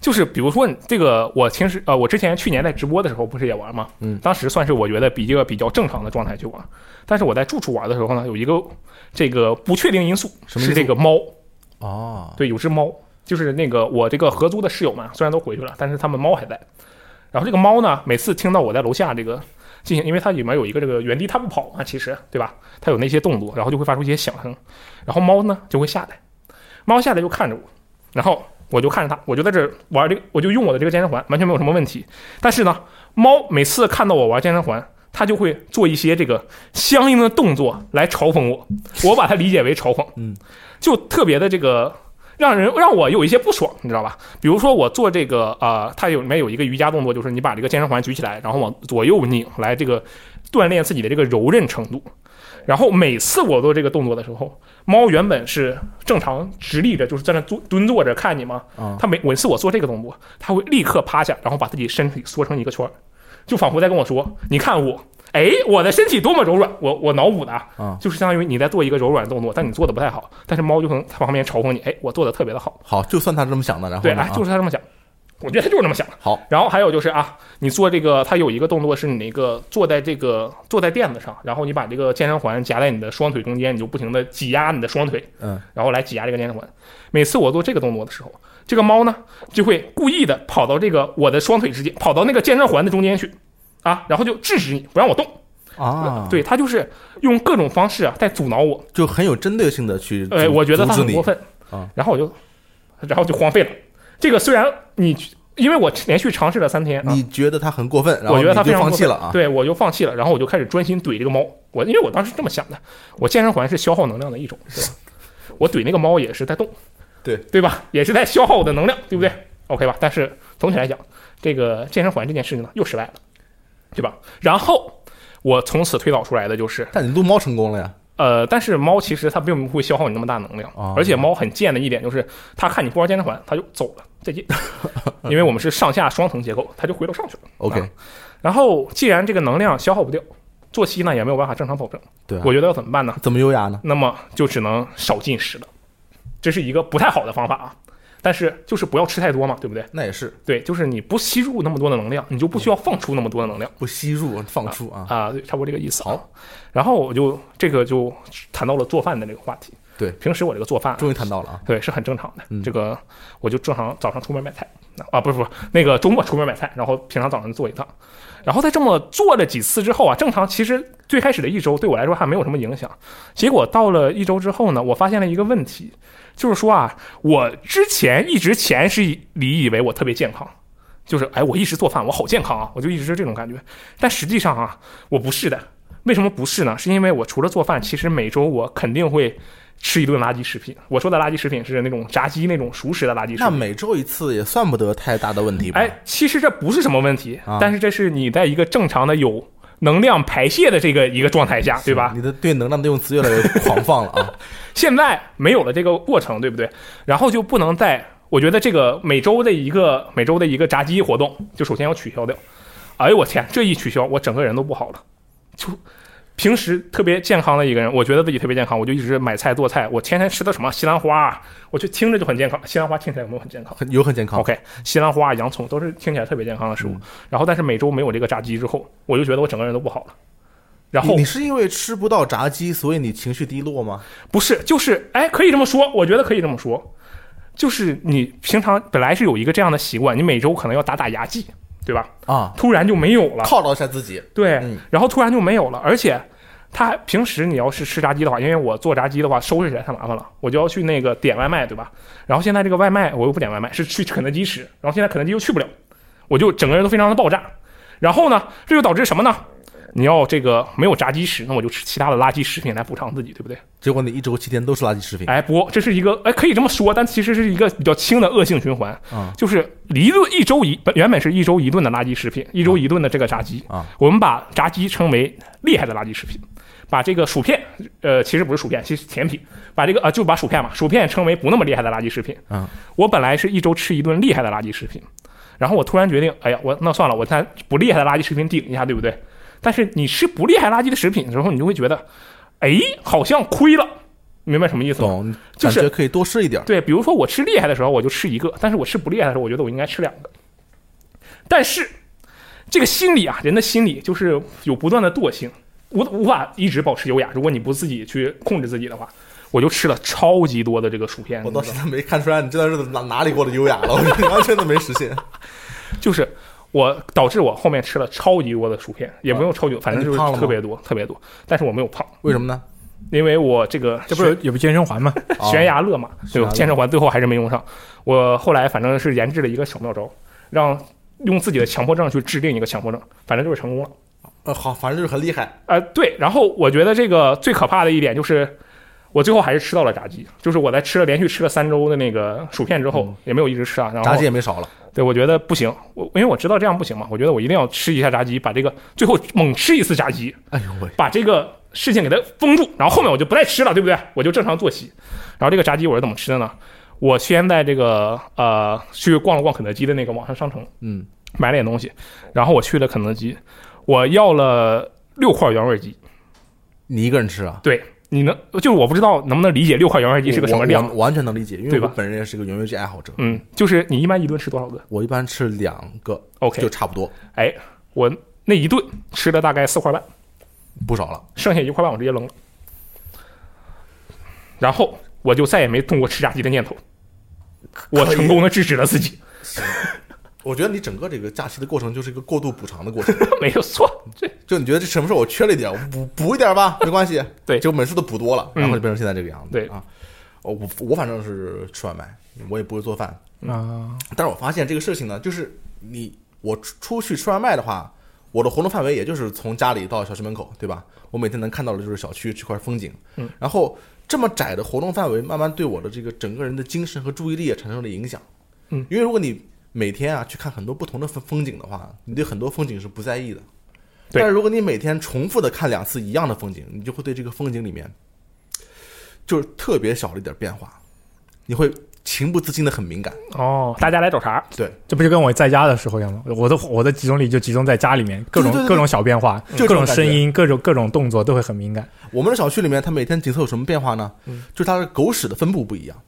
就是比如说你这个我平时呃，我之前去年在直播的时候不是也玩吗？
嗯
当时算是我觉得比一个比较正常的状态去玩，但是我在住处玩的时候呢，有一个这个不确定因素
什么因
是这
素
个猫，
哦，
对，有只猫，就是那个我这个合租的室友们，啊虽然都回去了，但是他们猫还在。然后这个猫呢，每次听到我在楼下这个进行，因为它里面有一个这个原地它不跑嘛，其实对吧？它有那些动作，然后就会发出一些响声，然后猫呢就会下来，猫下来就看着我，然后我就看着它，我就在这儿玩这个，我就用我的这个健身环，完全没有什么问题。但是呢，猫每次看到我玩健身环。它就会做一些这个相应的动作来嘲讽我，我把它理解为嘲讽，
嗯，
就特别的这个让人让我有一些不爽，你知道吧？比如说我做这个呃，它有里面有一个瑜伽动作，就是你把这个健身环举起来，然后往左右拧来这个锻炼自己的这个柔韧程度。然后每次我做这个动作的时候，猫原本是正常直立着，就是在那坐蹲坐着看你嘛
啊。
它每每次我做这个动作，它会立刻趴下，然后把自己身体缩成一个圈儿，就仿佛在跟我说：“你看我，哎，我的身体多么柔软。我”我脑补的啊，
啊
就是相当于你在做一个柔软的动作，但你做的不太好，但是猫就从它旁边嘲讽你：“哎，我做的特别的好。”
好，就算他是这么想的，然后
对，
呢
哎，
啊
就是他这么想。我觉得他就是这么想的。
好，
然后还有就是啊，你做这个，他有一个动作是你那个坐在这个坐在垫子上，然后你把这个健身环夹在你的双腿中间，你就不停的挤压你的双腿，
嗯，
然后来挤压这个健身环。每次我做这个动作的时候，这个猫呢就会故意的跑到这个我的双腿之间，跑到那个健身环的中间去，啊，然后就制止你不让我动。
啊，，
对，它就是用各种方式啊在阻挠我。
就很有针对性的去，
呃，我觉得他
阻
很
止
过
你
分
啊，
然后我就，然后就荒废了。这个虽然你因为我连续尝试了三天，啊
你觉得他很过分，然后
我觉得他
你就
非常
放
过
弃
分
了啊。
对我就放弃了，然后我就开始专心怼这个猫。我因为我当时这么想的，我健身环是消耗能量的一种，对吧？我怼那个猫也是在动，
对
对吧？也是在消耗我的能量，对不对？OK 吧？但是总体来讲，这个健身环这件事情呢又失败了，对吧？然后我从此推导出来的就是，
但你撸猫成功了呀，
呃，但是猫其实它并不会消耗你那么大能量，
哦
而且猫很贱的一点就是，它看你不玩健身环，它就走了，再见。 因为我们是上下双层结构，它就回头上去了。
OK，、
啊然后既然这个能量消耗不掉，作息呢也没有办法正常保证，
对啊
我觉得要怎么办呢？
怎么优雅呢？
那么就只能少进食了，这是一个不太好的方法啊。但是就是不要吃太多嘛，对不对？
那也是
对，就是你不吸入那么多的能量，你就不需要放出那么多的能量。
不吸入放出啊。
啊，对，差不多这个意思。好，然后我就这个就谈到了做饭的这个话题。
对
平时我这个做饭啊，
终于谈到了啊，
对是很正常的。
嗯
这个我就正常早上出门买菜啊，不是不是那个周末出门买菜，然后平常早上做一趟。然后在这么做了几次之后啊，正常其实最开始的一周对我来说还没有什么影响。结果到了一周之后呢，我发现了一个问题，就是说啊，我之前一直潜意识里以为我特别健康。就是哎，我一直做饭，我好健康啊，我就一直是这种感觉。但实际上啊，我不是的。为什么不是呢？是因为我除了做饭，其实每周我肯定会吃一顿垃圾食品。我说的垃圾食品是那种炸鸡那种熟食的垃圾食
那
品。
每周一次也算不得太大的问题吧？
哎，其实这不是什么问题，
啊
但是这是你在一个正常的有能量排泄的这个一个状态下，对吧？
嗯你的对能量的用词越来越狂放了 啊！
现在没有了这个过程，对不对？然后就不能再，我觉得这个每周的一个每周的一个炸鸡活动，就首先要取消掉。哎呦我天，这一取消，我整个人都不好了。就平时特别健康的一个人，我觉得自己特别健康，我就一直买菜做菜，我天天吃的什么西兰花啊，我就听着就很健康。西兰花听起来有没有很健康？
很有很健康嗯
OK，西兰花、洋葱都是听起来特别健康的食物。然后，但是每周没有这个炸鸡之后，我就觉得我整个人都不好了。然
你
后
你是因为吃不到炸鸡，所以你情绪低落吗？
不是，就是哎，可以这么说，我觉得可以这么说，就是你平常本来是有一个这样的习惯，你每周可能要打打牙祭，对吧？
啊，
突然就没有了，
犒劳一下自己。
对
嗯，
然后突然就没有了，而且。他平时你要是吃炸鸡的话，因为我做炸鸡的话收拾起来太麻烦了，我就要去那个点外卖，对吧？然后现在这个外卖我又不点外卖，是去肯德基吃，然后现在肯德基又去不了，我就整个人都非常的爆炸。然后呢，这就导致什么呢？你要这个没有炸鸡吃，那我就吃其他的垃圾食品来补偿自己，对不对？
结果你一周七天都是垃圾食品，
哎，不，这是一个哎，可以这么说，但其实是一个比较轻的恶性循环，
啊
就是一顿一周一本原本是一周一顿的垃圾食品，一周一顿的这个炸鸡
啊
我们把炸鸡称为厉害的垃圾食品，把这个薯片，呃，其实不是薯片，其实甜品，把这个呃就把薯片嘛，薯片称为不那么厉害的垃圾食品，
嗯，
我本来是一周吃一顿厉害的垃圾食品，然后我突然决定，哎呀，我那算了，我在不厉害的垃圾食品顶一下，对不对？但是你吃不厉害垃圾的食品的时候，你就会觉得，哎，好像亏了，明白什么意思吗？
懂？
就
感
是
觉可以多吃一点儿。
对，比如说我吃厉害的时候，我就吃一个；但是我吃不厉害的时候，我觉得我应该吃两个。但是这个心理啊，人的心理就是有不断的惰性，无无法一直保持优雅。如果你不自己去控制自己的话，我就吃了超级多的这个薯片。
我到现在没看出来你这段日子哪哪里过得优雅了， 我完全都没实现。
就是我导致我后面吃了超级多的薯片，也不用超级多，反正就
你胖了
是
吗
特别多，特别多。但是我没有胖，
为什么呢？
因为我这个
这不是有个健身环吗？
哦
悬崖勒马，对
悬崖勒
吧
马
健身环最后还是没用上。我后来反正是研制了一个小妙招，让用自己的强迫症去制定一个强迫症，反正就是成功了。
呃，好，反正就是很厉害。
呃，对，然后我觉得这个最可怕的一点就是，我最后还是吃到了炸鸡，就是我在吃了连续吃了三周的那个薯片之后，也没有一直吃啊，然后
嗯炸鸡也没少了，
对，我觉得不行，我因为我知道这样不行嘛，我觉得我一定要吃一下炸鸡，把这个最后猛吃一次炸鸡，
哎呦喂！
把这个事情给它封住，然后后面我就不再吃了，对不对？我就正常作息。然后这个炸鸡我是怎么吃的呢？我先在这个呃去逛了逛肯德基的那个网上商城，
嗯，
买了点东西，然后我去了肯德基，我要了六块原味鸡。
你一个人吃啊？
对，你能就是我不知道能不能理解六块原味鸡是个什么量
我？？我完全能理解，因为
对
我
吧
本人也是个原味鸡爱好者。
嗯，就是你一般一顿吃多少个
我一般吃两个
？OK，
就差不多，
哎，我那一顿吃了大概四块半，
不少了。
剩下一块半我直接扔了，然后我就再也没动过吃炸鸡的念头。我
可以
成功的制止了 自己，
我觉得你整个这个假期的过程就是一个过度补偿的过程，
没有错，这
就你觉得这什么事儿我缺了一点，我补补一点吧，没关系。
对
就每次都补多了，
嗯
然后就变成现在这个样子。
对
啊，哦我我反正是吃外卖，我也不会做饭，
啊，
但是我发现这个事情呢，就是你我出出去吃外卖的话，我的活动范围也就是从家里到小区门口，对吧？我每天能看到的就是小区这块风景，
嗯，
然后这么窄的活动范围，慢慢对我的这个整个人的精神和注意力也产生了影响，
嗯，
因为如果你每天啊去看很多不同的风风景的话，你对很多风景是不在意的，
对
但是如果你每天重复的看两次一样的风景，你就会对这个风景里面就是特别小的一点变化，你会情不自禁的很敏感，
哦，大家来找茬，
对。
这不就跟我在家的时候一样吗？我的我的集中力就集中在家里面，各种
对对对
各种小变化，
就这
各
种
种
感觉
声音，各种各种动作都会很敏感。
我们的小区里面，它每天景色有什么变化呢？
嗯
就是它的狗屎的分布不一样。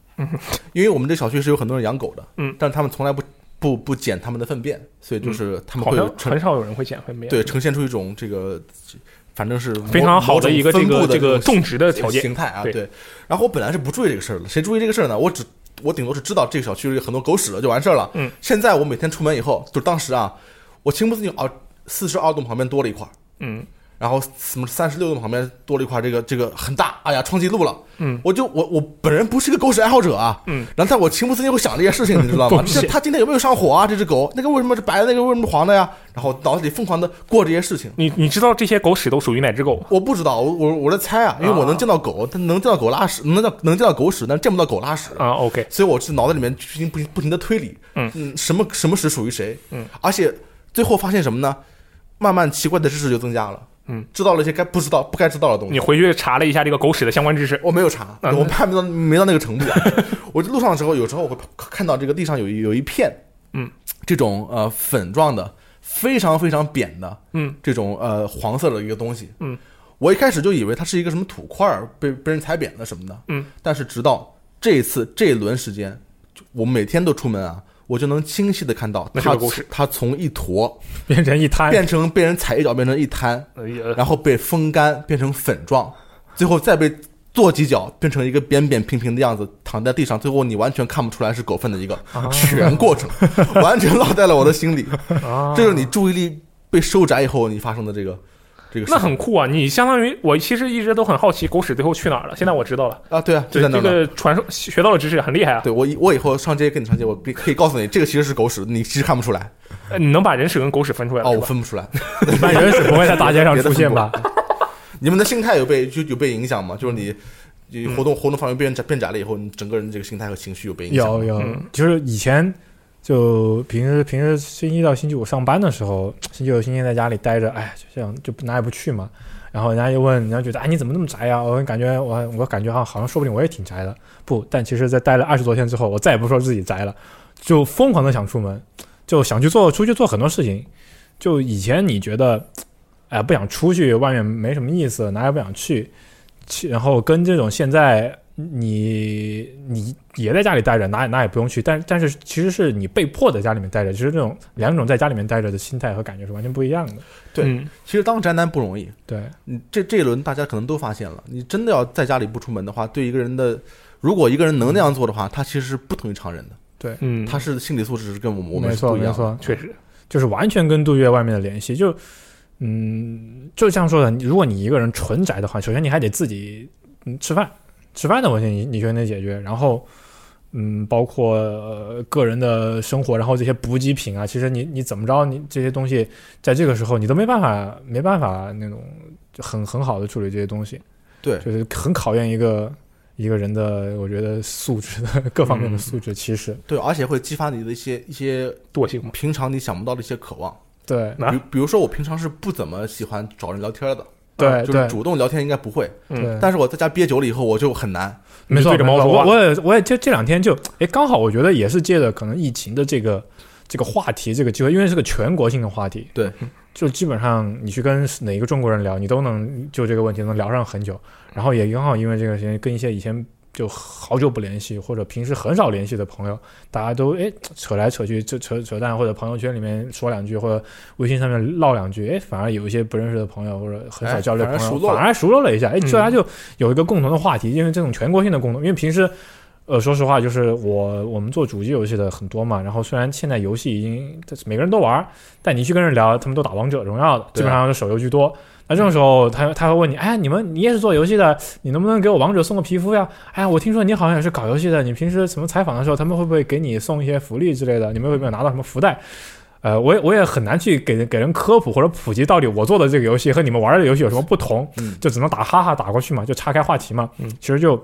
因为我们这小区是有很多人养狗的，
嗯
但是他们从来不不不捡他们的粪便，所以就是他们
嗯好
会
像
有呈
很少有人会捡粪便，
对，呈现出一种这个，反正是某
非常好
某
的
种
一个这
分布
个
的
这个
种
种植的条件，
形态啊，
对
对。然后我本来是不注意这个事儿的，谁注意这个事儿呢？我只我顶多是知道这个小区有很多狗屎了就完事儿了。
嗯，
现在我哦每天出门以后，就当时啊，我情不自禁啊，四十二栋旁边多了一块儿，
嗯，
然后什么三十六度旁边多了一块这个这个很大，哎呀，创纪录了。
嗯，
我就我我本人不是个狗屎爱好者啊，
嗯，
然后但我情不自禁会想这些事情，你知 道吗？这它今天有没有上火啊？这只狗那个为什么是白的，那个为什么是黄的呀？然后脑子里疯狂的过这些事情。
你你知道这些狗屎都属于哪只狗吗？
我不知道，我我我在猜啊，因为我能见到狗，但能见到狗拉屎，能见到能见到狗屎，但见不到狗拉屎。
啊，OK，
所以我是脑袋里面不停不停不停的推理，
嗯
什么什么屎属于谁，
嗯，
而且最后发现什么呢？慢慢奇怪的知识就增加了，
嗯，
知道了一些该不知道不该知道的东西
你。回去查了一下这个狗屎的相关知识。
我没有查，
啊
我还没到没到那个程度啊。 我这路上的时候，有时候我会看到这个地上有一有一片，
嗯，
这种呃粉状的，非常非常扁的，
嗯，
这种呃黄色的一个东西，
嗯，
我一开始就以为它是一个什么土块儿被被人踩扁了什么的，
嗯，
但是直到这一次这一轮时间，就我每天都出门啊，我就能清晰的看到
那是个
它
故事
它从一坨
变成一滩，
变成被人踩一脚变成一滩，
哎呀，
然后被风干变成粉状，最后再被跺几脚变成一个扁扁平平的样子，躺在地上，最后你完全看不出来是狗粪的一个全过程， 完全落在了我的心里。
啊
这就是你注意力被收窄以后你发生的这个这个事
那
情
很酷啊！你相当于我其实一直都很好奇狗屎最后去哪儿了，现在我知道了。
啊，对啊，就
对
在那
这
儿呢。
个传授学到了知识很厉害啊！
对我以，我以后上街跟你上街，我可以可以告诉你，这个其实是狗屎，你其实看不出来。
呃你能把人屎跟狗屎分出来
哦，
是
我
吧
分不出来。
一般人是不会在大街上出现吧？
你们的心态有被就有被影响吗？就是你你
嗯
活动活动范围变窄变窄了以后，你整个人的这个心态和情绪有被影响吗？
有有
嗯，
就是以前就平时平时星期一到星期五上班的时候，星期六星期天在家里待着，哎，就这样就哪也不去嘛。然后人家就问，人家觉得哎你怎么那么宅呀、我感觉我我感觉好像好像说不定我也挺宅的。不，但其实在待了二十多天之后，我再也不说自己宅了，就疯狂的想出门，就想去做出去做很多事情。就以前你觉得，哎、不想出去，外面没什么意思，哪也不想去，去然后跟这种现在你你也在家里待着，哪也哪也不用去，但但是其实是你被迫在家里面待着，其实这种两种在家里面待着的心态和感觉是完全不一样的。
对
嗯
其实当宅男不容易，
对，
你这这一轮大家可能都发现了，你真的要在家里不出门的话，对一个人的，如果一个人能那样做的话，他其实是不同于常人的，
嗯，
他是心理素质是跟我们我们
没
是
错
不一
没
样的。
错，
确实，
就是完全跟杜月外面的联系，就嗯，就像说的，你如果你一个人纯宅的话，首先你还得自己嗯吃饭，吃饭的问题你你就得解决，然后嗯，包括、呃、个人的生活，然后这些补给品啊，其实你你怎么着，你这些东西在这个时候你都没办法没办法那种很很好的处理这些东西，
对
就是很考验一个。一个人的，我觉得素质的各方
嗯
面的素质，其实
对，而且会激发你的一些一些
惰性嘛。
平常你想不到的一些渴望，
对
啊
比比如说我平常是不怎么喜欢找人聊天的，
对
就是
哎对
主动聊天应该不会，
嗯
对，
但是我在家憋久了以后我就很难，
没错，
你对着
没
猫
错
说话
我我也我也这这两天就，哎，刚好我觉得也是借着可能疫情的这个这个话题这个机会，因为是个全国性的话题，
对，
就基本上你去跟哪一个中国人聊，你都能就这个问题能聊上很久，然后也刚好因为这个时间跟一些以前。就好久不联系，或者平时很少联系的朋友，大家都哎扯来扯去，就扯扯淡，或者朋友圈里面说两句，或者微信上面唠两句，哎，反而有一些不认识的朋友或者很少
哎
交流
反而
的朋
熟
友，
络
反
了
而熟络了一下，哎，
嗯
这大家就有一个共同的话题，因为这种全国性的共同，因为平时，呃，说实话，就是我我们做主机游戏的很多嘛，然后虽然现在游戏已经每个人都玩儿，但你去跟人聊，他们都打王者荣耀的，基
对啊
本上是手游居多。那这种时候，他他会问你，哎，你们你也是做游戏的，你能不能给我王者送个皮肤呀？哎，我听说你好像也是搞游戏的，你平时什么采访的时候，他们会不会给你送一些福利之类的？你们有没有拿到什么福袋？呃，我也我也很难去给人给人科普或者普及到底我做的这个游戏和你们玩的游戏有什么不同，
嗯
就只能打哈哈打过去嘛，就岔开话题嘛。
嗯
其实就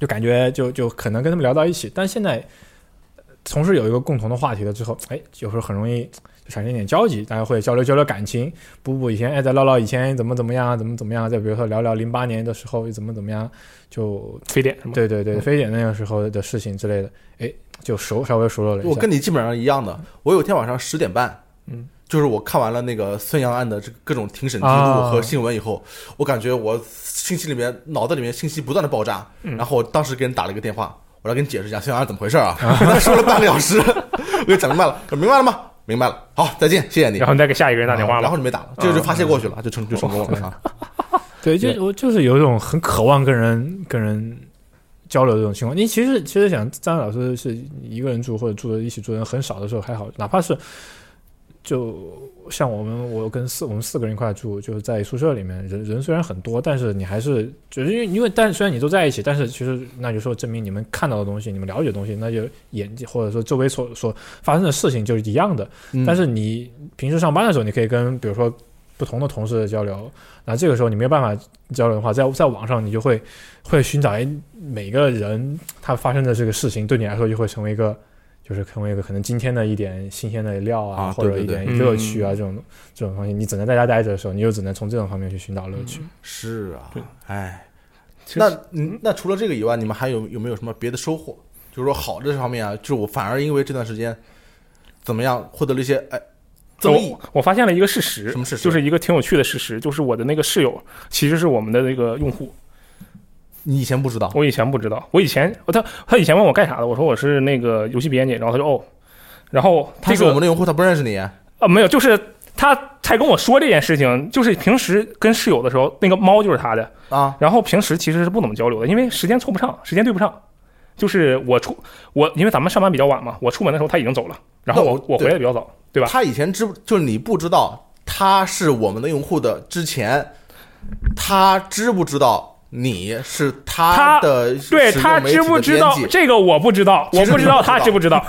就感觉就就很难跟他们聊到一起，但现在呃同时有一个共同的话题了之后，哎，有时候很容易就产生一点交集，大家会交流交流感情，补补以前哎再唠唠以前怎么怎么样啊，怎么怎么样啊，再比如说聊聊零八年的时候怎么怎么样，就
非典是吗？
对对对，
嗯
非典那个时候的事情之类的，哎，就熟稍微熟络了一
我
下。
跟你基本上一样的。我有一天晚上十点半，
嗯，
就是我看完了那个孙杨案的这个各种庭审记
啊
录和新闻以后，我感觉我信息里面、脑子里面信息不断的爆炸。
嗯
然后我当时给人打了一个电话，我来跟你解释一下孙杨案怎么回事啊， 跟他说了半个小时， 我给讲明白了，我说明白了吗？明白了，好，再见，谢谢你。
然后你再给嗯下一个人打电
啊
话
然
嘛。
后就没打了，这个就发泄过去了，就成就成功了啊。
对，就我就是有一种很渴望跟人跟人交流的这种情况。你其实其实想，张老师是一个人住或者住的一起住的人很少的时候还好，哪怕是就像我们，我跟四我们四个人一块住，就是在宿舍里面，人人虽然很多，但是你还是就是因为因为但虽然你都在一起，但是其实那就说证明你们看到的东西，你们了解的东西，那就眼或者说周围所所发生的事情就是一样的。但是你平时上班的时候，你可以跟比如说不同的同事交流，那这个时候你没有办法交流的话，在在网上你就会会寻找哎每个人他发生的这个事情，对你来说就会成为一个。就是成为一个可能今天的一点新鲜的料啊，
啊
或者
对
一
对
点
对
乐趣啊、这种这种东西，你只能在家待着的时候，你又只能从这种方面去寻找乐趣。
是啊
对，
哎，
其实
那嗯那除了这个以外，你们还有有没有什么别的收获？就是说好的这方面啊，就是我反而因为这段时间怎么样获得了一些哎增益
我我发现了一个事实，
什么事实
就是一个挺有趣的事实，就是我的那个室友其实是我们的那个用户，
你以前不知道，
我以前不知道，我以前他他以前问我干啥的，我说我是那个游戏编辑，然后他说哦，然后
他
这
是我
个
们的用户，他不认识你，
啊没有，就是他才跟我说这件事情，就是平时跟室友的时候，那个猫就是他的，
啊，
然后平时其实是不怎么交流的，因为时间凑不上，时间对不上。就是我出我，因为咱们上班比较晚嘛，我出门的时候他已经走了，然后
那
我
我
我回来比较早，对吧？
他以前知就是你不知道他是我们的用户的之前，他知不知道你是
他
的
对
使用
他
媒体
知不
的
知
编
道
辑
这个我不知道，
其
我
实
不
你
知道
不知
他
道
知不知道。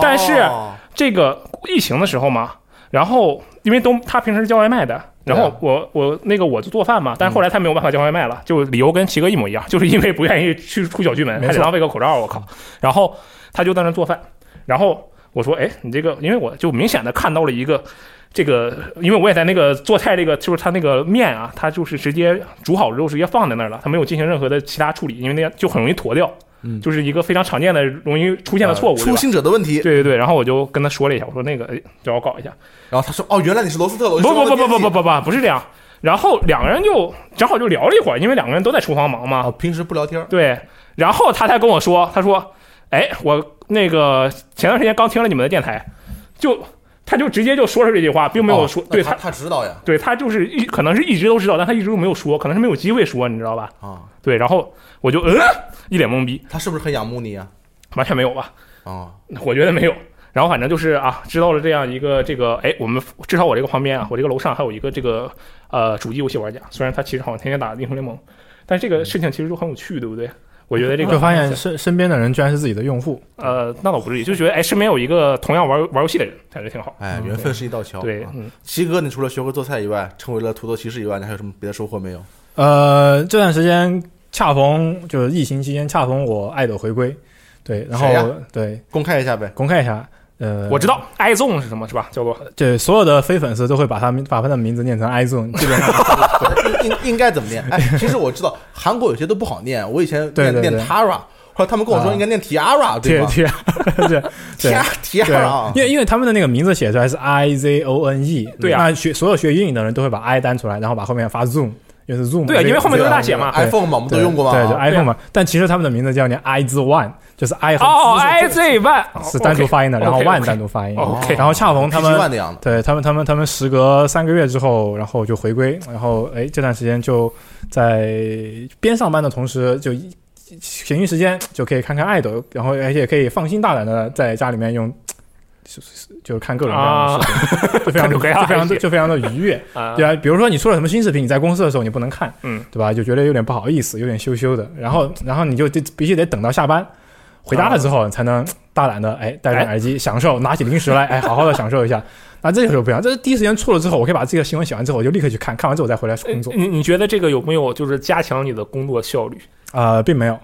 但是
哦
这个疫情的时候嘛，然后因为都他平时是叫外卖的，然
啊
后我、我那个我就做饭嘛，
嗯
但是后来他没有办法叫外卖了，就理由跟齐哥一模一样，就是因为不愿意去出小区门，
没错嗯
还得浪费个口罩，我靠！然后他就在那做饭，然后我说，哎，你这个，因为我就明显的看到了一个。这个，因为我也在那个做菜，这个就是他那个面啊，他就是直接煮好之后直接放在那儿了，他没有进行任何的其他处理，因为那样就很容易坨掉，
嗯
就是一个非常常见的容易出
啊
现的错误。对吧
初心者的问题。
对对对，然后我就跟他说了一下，我说那个哎找我搞一下，
然后他说：“哦，原来你是罗斯特楼。”
不
我就说
不不不不
编辑
不不不，不是这样。然后两个人就正好就聊了一会儿，因为两个人都在厨房忙
啊，
嘛。
平时不聊天儿
对，然后他才跟我说，他说：“哎，我那个前段时间刚听了你们的电台，就他就直接就说出这句话，并没有说、
哦那
对
他
他，
他知道呀
对他就是一可能是一直都知道，但他一直都没有说，可能是没有机会说，你知道吧？
啊，
对，然后我就嗯一脸懵逼，
他是不是很仰慕你啊？
完全没有吧？
啊，
我觉得没有。然后反正就是啊，知道了这样一个这个，哎，我们至少我这个旁边啊，我这个楼上还有一个这个呃主机游戏玩家，虽然他其实好像天天打英雄联盟，但这个事情其实就很有趣，对不对？我觉得这
就
个
发现身身边的人居然是自己的用户，
呃，那倒不至于，就觉得哎，身边有一个同样玩玩游戏的人，感觉挺好。
哎，缘分是一道桥。
对
哦
啊，
嗯，
七哥，你除了学会做菜以外，成为了土豆骑士以外，你还有什么别的收获没有？
呃，这段时间恰逢就是疫情期间，恰逢我爱豆回归，对，然
谁
后
呀
对
公开一下呗。
公开一下，呃，
我知道 iZone 是什么，是吧？叫做
对，所有的非粉丝都会把他们把他的名字念 成 iZone，基本上
应应应该怎么念？哎，其实我知道韩国有些都不好念，我以前
对
念
对
念
对
Tara，后来他们跟我说
啊
应该念 Tiara，对
贴
吗
贴，对对
Tiara-
对
Tiara，啊，
因为因为他们的那个名字写出来是 I Z O N E，
对啊
那学所有学英语的人都会把 I 单出来，然后把后面发 Zoom，因为是 Zoom，
对啊
这个
因为后面
对
都
啊
是大写嘛
对啊 iPhone 嘛，我们都
对
用过嘛。
对，就
啊
iPhone 嘛。但其实他们的名字叫念 i z One，就是 i 和
哦
Z 是
iZ One
是单独发音的，然后
哦
One
OK，OK
单独发音。
OK
然后恰逢他
PG 万
们，
的样子。
对他们，他们，他们时隔三个月之后，然后就回归，然后哎，这段时间就在边上班的同时，就一闲余时间就可以看看爱豆，然后而且可以放心大胆的在家里面用。就看各种各样的事 情，就非
啊
常
各
就
种各样的
非常
事情
就非常的愉悦，
啊
对，啊，比如说你出了什么新视频，你在公司的时候你不能看，
嗯，
对吧？就觉得有点不好意思，有点羞羞的。然后，然后你就得必须得等到下班回家了之后，你才能大胆的哎戴上
啊哎
耳机享受，拿起零食来哎好好的享受一下。那这个时候不一样，这是第一时间出了之后，我可以把这个新闻写完之后，我就立刻去看，看完之后我再回来工作。
你你觉得这个有没有就是加强你的工作效率？
呃，并 没有，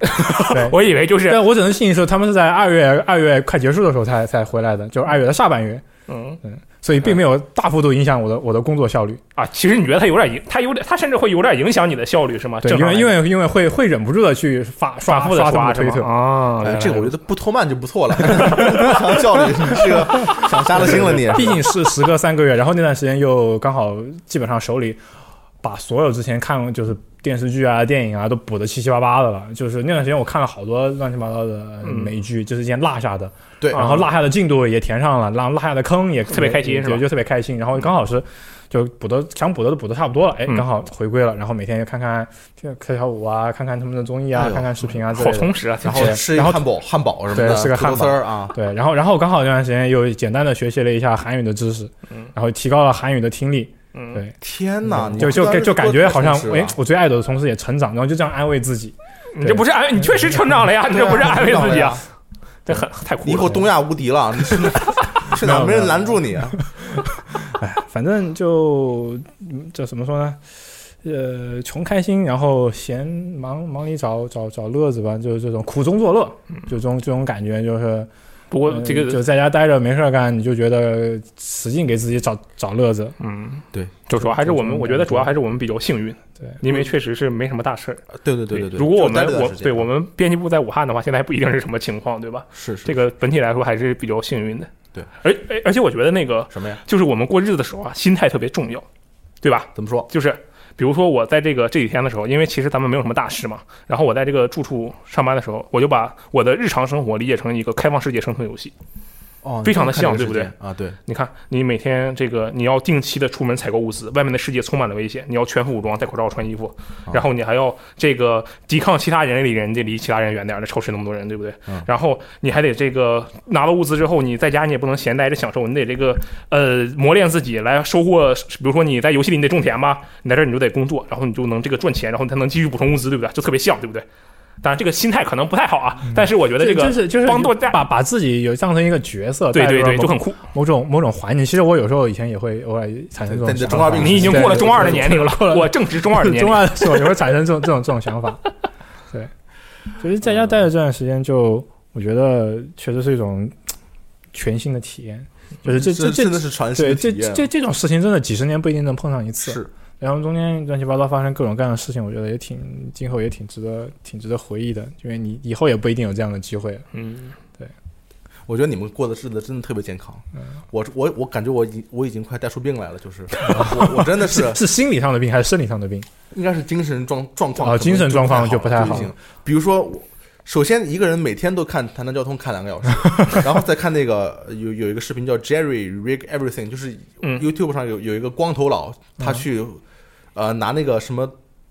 对。
我以为就是
但我只能庆幸是他们是在二月二月快结束的时候才才回来的，就是二月的下半月，
嗯
所以并没有大幅度影响我的我的工作效率。
啊，其实你觉得他有点影，他有点，他甚至会有点影响你的效率是吗？
对，
正
因
常
为
来
因为因为会会忍不住的去发
反
刷
复的
刷他们的
是
推
吗
特，
啊
哎，这个我觉
就
得不拖慢就不错了，强效率，你这个想杀了心了你。
毕竟是时隔三个月，然后那段时间又刚好基本上手里把所有之前看就是电视剧啊、电影啊都补得七七八八的了。就是那段时间我看了好多乱七八糟的
嗯啊
美剧，就是之前落下的，
对
然后落下的进度也填上了，然后落下的坑也特
别开心是吧
就特别开心。然后刚好是就补的想补的都补的差不多了，哎，
嗯
刚好回归了，然后每天就看看跳跳跳舞啊，看看他们的综艺啊
哎，呦
看看视频啊之类
好
的。
充实啊！
然后
对
吃一
然后
汉堡，汉堡什么
对
的，
是个汉堡
土豆丝儿啊，
对，然后然后刚好那段时间又简单的学习了一下韩语的知识，
嗯
然后提高了韩语的听力，
嗯，
对，
天哪，你
就就
当
就
时
就感
多
觉
太
好像
充实了
哎，我最爱的同事也成长，然后就这样安慰自己。
你这不是安，你确实成长了 呀，你这哎不是安慰自己啊，这很太
你
酷
以后
了。
东亚无敌了，你去哪去哪没人拦住你？ 啊
哎，反正就嗯这怎么说呢？呃，穷开心，然后闲忙忙里找找找乐子吧，就是这种苦中作乐，就这种这种感觉，就是
不过
呃
嗯这个
就在家待着没事儿干，你就觉得使劲给自己找找乐子。
嗯，
对，
就主要还是我们，
就
我觉得主要还是我们比较幸运，
对，
因为确实是没什么大事儿。
对对对对对。
如果我
就待
们
这段
我
时间啊
对我们编辑部在武汉的话，现在还不一定是什么情况，对吧？
是是
这个整体来说还是比较幸运的。
对，
而而而且我觉得那个
什么呀？
就是我们过日子的时候啊，心态特别重要，对吧？
怎么说？
就是比如说我在这个这几天的时候，因为其实咱们没有什么大事嘛，然后我在这个住处上班的时候，我就把我的日常生活理解成一个开放世界生存游戏。
哦
非常地
你看
像
这
对
个
不
时
对
间啊？对，
你看，你每天这个你要定期的出门采购物资，外面的世界充满了危险，你要全副武装，戴口罩、穿衣服，
啊
然后你还要这个抵抗其他人里人，你得离其他人远点儿，这超市那么多人，对不对？
嗯
然后你还得这个拿到物资之后，你在家你也不能闲待着享受，你得这个呃磨练自己来收获，比如说你在游戏里你得种田吧，你在这儿你就得工作，然后你就能这个赚钱，然后你才能继续补充物资，对不对？就特别像，对不对？当然，这个心态可能不太好啊，但是我觉得这个
就是就是
帮助大
把把自己有当成一个角色，
对
带
对
入了
对，
某
就很酷。
某种某种环境。其实我有时候以前也会偶尔产生这种
但你的
想
中二
法
病
你已经过了中二的年龄了
对对对，对
我正值中二的年
中
龄。
二的时候也会产生这种这种这种想 法。对，所以在家待的这段时间就，我觉得确实是一种全新的体验，就是呃这这
真的
这。
是传世
对，
的
这
体
这
验。啊
这这种事情真的几十年不一定能碰上一次，
是
然后中间乱七八糟发生各种各样的事情，我觉得也挺，今后也挺值得，挺值得回忆的，因为你以后也不一定有这样的机会。
嗯，
我觉得你们过的日子真的特别健康。我我我感觉我已我已经快带出病来了，就是我我真的 是
是心理上的病还是生理上的病？
应该是精神状状况
哦
可能
精神状况
就
就不太好
已经比如说我，首先一个人每天都看《谈谈交通》看两个小时，然后再看那个有有一个视频叫 Jerry Rig Everything，就是
嗯
YouTube 上有有一个光头佬，他去呃拿那个什么。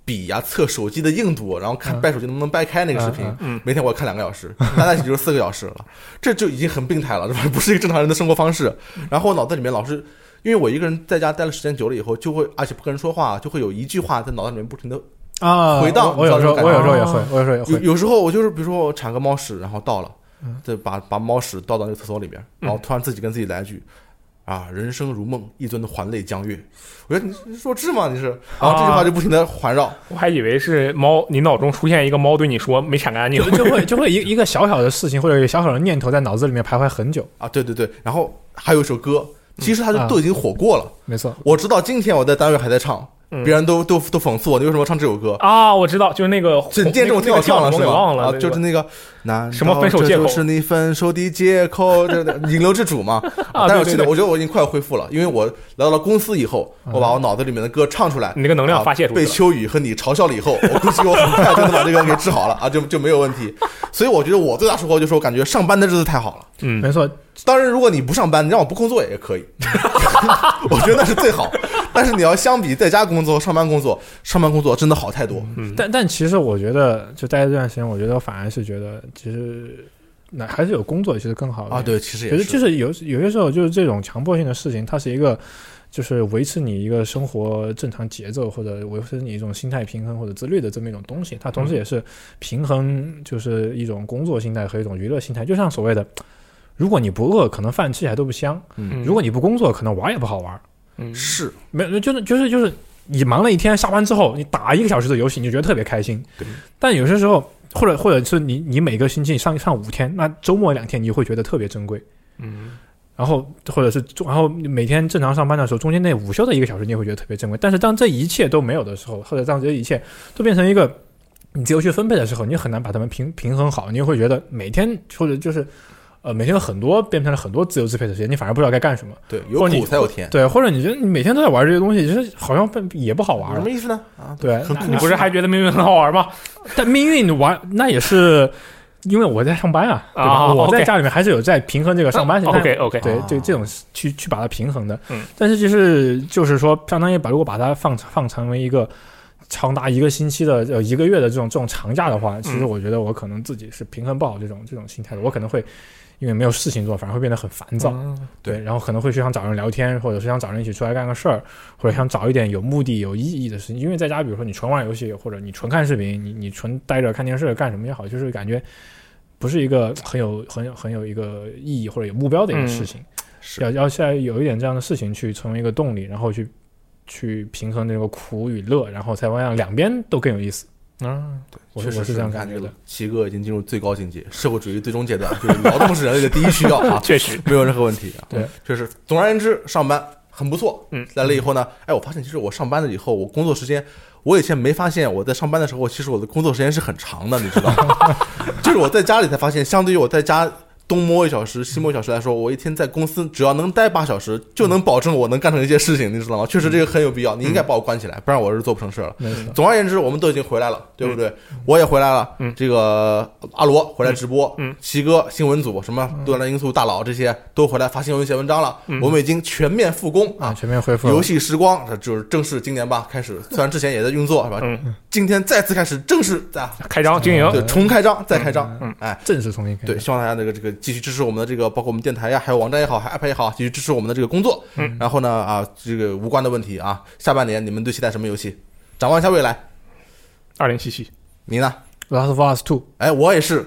笔呀、测手机的硬度，然后看
嗯
掰手机能不能掰开那个视频
嗯，
嗯嗯
每天我看两个小时，加在一起就是四个小时了，这就已经很病态了，这 不是一个正常人的生活方式。然后我脑子里面老是因为我一个人在家待了时间久了以后，就会而且不跟人说话，就会有一句话在脑袋里面不停的。
啊，
回荡
我我有时候
你知
我
道这
有时
种
候
感
也
觉
会，我有时候也
有
呃会。
有时候我就是比如说我铲个猫屎，然后倒了
嗯，
再把把猫屎倒到那个厕所里边，然后突然自己跟自己来一句。啊，人生如梦，一尊的还泪江月。我觉得你是弱智吗？你是，然后这句
啊
话就不停的环绕，
我还以为是猫，你脑中出现一个猫对你说没铲干净
就。就会就会一一个小小的事情或者一个小小的念头在脑子里面徘徊很久，
啊，对对对，然后还有一首歌，其实它就
嗯啊
都已经火过了。
没错，
我知道今天我在单位还在唱，
嗯
别人都都都讽刺我，你为什么唱这首歌？
啊，我知道，就是那个
整件这种挺好唱
了
的是吧？
忘
啊
了，
就是那个难
什么分手
道
借口
这就是你分手的借口，这这引流之主 嘛。
啊
但是我
对对
现在
对
我觉得我已经快恢复了，因为我来到了公司以后，我把我脑子里面的歌唱出来，
你那个嗯能量发泄出
啊
去
被
了。
秋雨和你嘲笑了以后，我估计我很快就能把这个给治好了啊，就就没有问题。所以我觉得我最大收获就是我感觉上班的日子太好了。
嗯，
没错，
当然，如果你不上班，你让我不工作也可以， 我觉得那是最好。但是你要相比在家工作、上班工作，上班工作真的好太多。
嗯
但但其实我觉得，就待这段时间，我觉得我反而是觉得，其实那还是有工作其实更好一点
啊，，对，其实
其
也
实
是，
就是有有些时候就是这种强迫性的事情，它是一个就是维持你一个生活正常节奏或者维持你一种心态平衡或者自律的这么一种东西，它同
嗯
时也是平衡就是一种工作心态和一种娱乐心态，就像所谓的。如果你不饿，可能饭吃起来都不香；
嗯
如果你不工作，可能玩也不好玩。
嗯
是
没有，就是就是就是你忙了一天，下班之后你打一个小时的游戏，你就觉得特别开心。
对。
但有些时候，或者或者是你你每个星期上上五天，那周末两天你会觉得特别珍贵。
嗯
然后或者是中，然后每天正常上班的时候，中间那午休的一个小时，你也会觉得特别珍贵。但是当这一切都没有的时候，或者当这一切都变成一个你自由去分配的时候，你很难把它们平平衡好，你也会觉得每天或者就是。呃每天有很多变成了很多自由支配的时间，你反而不知道该干什么。
对，有
或者你
苦才有甜，
对，或者你觉得你每天都在玩这些东西，其实好像变也不好
有
玩
什
了
么。意思呢？啊，
对，
很苦
你不是还觉得命运很好玩 吗？
但命运玩那也是因为我在上班啊，对吧？
啊
我在
OK
家里面还是有在嗯平衡这个上班时间。
OK OK，
对
啊，
这这种是去去把它平衡的。
嗯
但是就是就是说，相当于把如果把它放放成为一个长达一个星期的呃一个月的这种这种长假的话，其实
嗯
我觉得我可能自己是平衡不好这种这种心态的，我可能会。因为没有事情做，反而会变得很烦躁，
嗯
对，然后可能会去想找人聊天，或者是想找人一起出来干个事儿，或者想找一点有目的、有意义的事情。因为在家，比如说你纯玩游戏，或者你纯看视频，你你纯待着看电视干什么也好，就是感觉不是一个很有很有很有一个意义或者有目标的一个事情。
嗯是
要要现在有一点这样的事情去成为一个动力，然后去去平衡这个苦与乐，然后才会让两边都更有意思。
嗯，，
我
确
是
实
我是这样
你看
感觉
这
的
个。奇哥已经进入最高境界，社会主义最终阶段，就是劳动是人类的第一需要啊
确实，
没有任何问题啊。
对，
确实，总而言之，上班很不错。
嗯，
来了以后呢，哎，我发现其实我上班了以后，我工作时间，我以前没发现，我在上班的时候，其实我的工作时间是很长的，你知道吗？ 就是我在家里才发现，相对于我在家。东摸一小时，西摸一小时来说，我一天在公司只要能待八小时，就能保证我能干成一些事情，你知道吗？确实这个很有必要，你应该把我关起来，不然我是做不成事儿了。
没错，
总而言之，我们都已经回来了，对不对？我也回来了，
嗯
这个阿罗回来直播，
嗯嗯
奇哥新闻组什么多元因素大佬这些都回来发新闻写文章了，
嗯
我们已经全面复工
啊，
啊。
全面恢复了
游戏时光，这就是正式今年吧开始，虽然之前也在运作是吧？
嗯，
今天再次开始正式在
开张经营，
对重开张，再开张，
嗯
哎，
正式重新开始
对，希望大家这个这个继续支持我们的这个，包括我们电台呀，还有网站也好，还有 app 也好，继续支持我们的这个工作。嗯，然后呢啊，这个无关的问题啊，下半年你们最期待什么游戏？展望一下未来，
二零七七，
你呢？
Last of Us Two
哎，我也是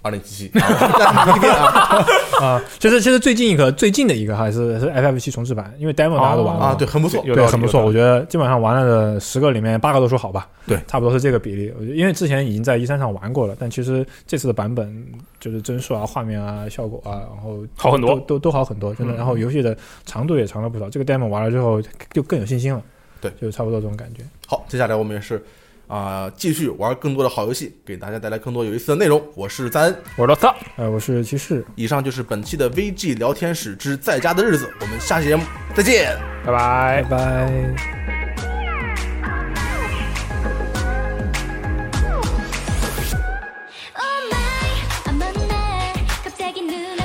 二零七七，啊但是一定啊
啊，其实其实最近一个最近的一个还是是 FF 七重置版，因为 demo 大家都玩了嘛
啊，对，很不错，
哦有
对，
道理
很不
有
错。
道
我觉得基本上玩了的十个里面八个都说好吧，
对
差不多是这个比例。我觉得因为之前已经在一三上玩过了，但其实这次的版本就是帧数啊、画面啊、效果啊，然后
好很
都
多。
都都好很多，真的。
嗯
然后游戏的长度也长了不少，这个 demo 玩了之后就更有信心了。
对
就差不多这种感觉。
好，接下来我们也是啊、继续玩更多的好游戏，给大家带来更多有意思的内容。我是赞恩，
我是罗特，
呃，我是骑士，
以上就是本期的 VG 聊天室之在家的日子，我们下期节目再见。
拜拜
拜。拜。
Oh my, I'm on there. 갑자기 Oh 눈 oh, Oh Oh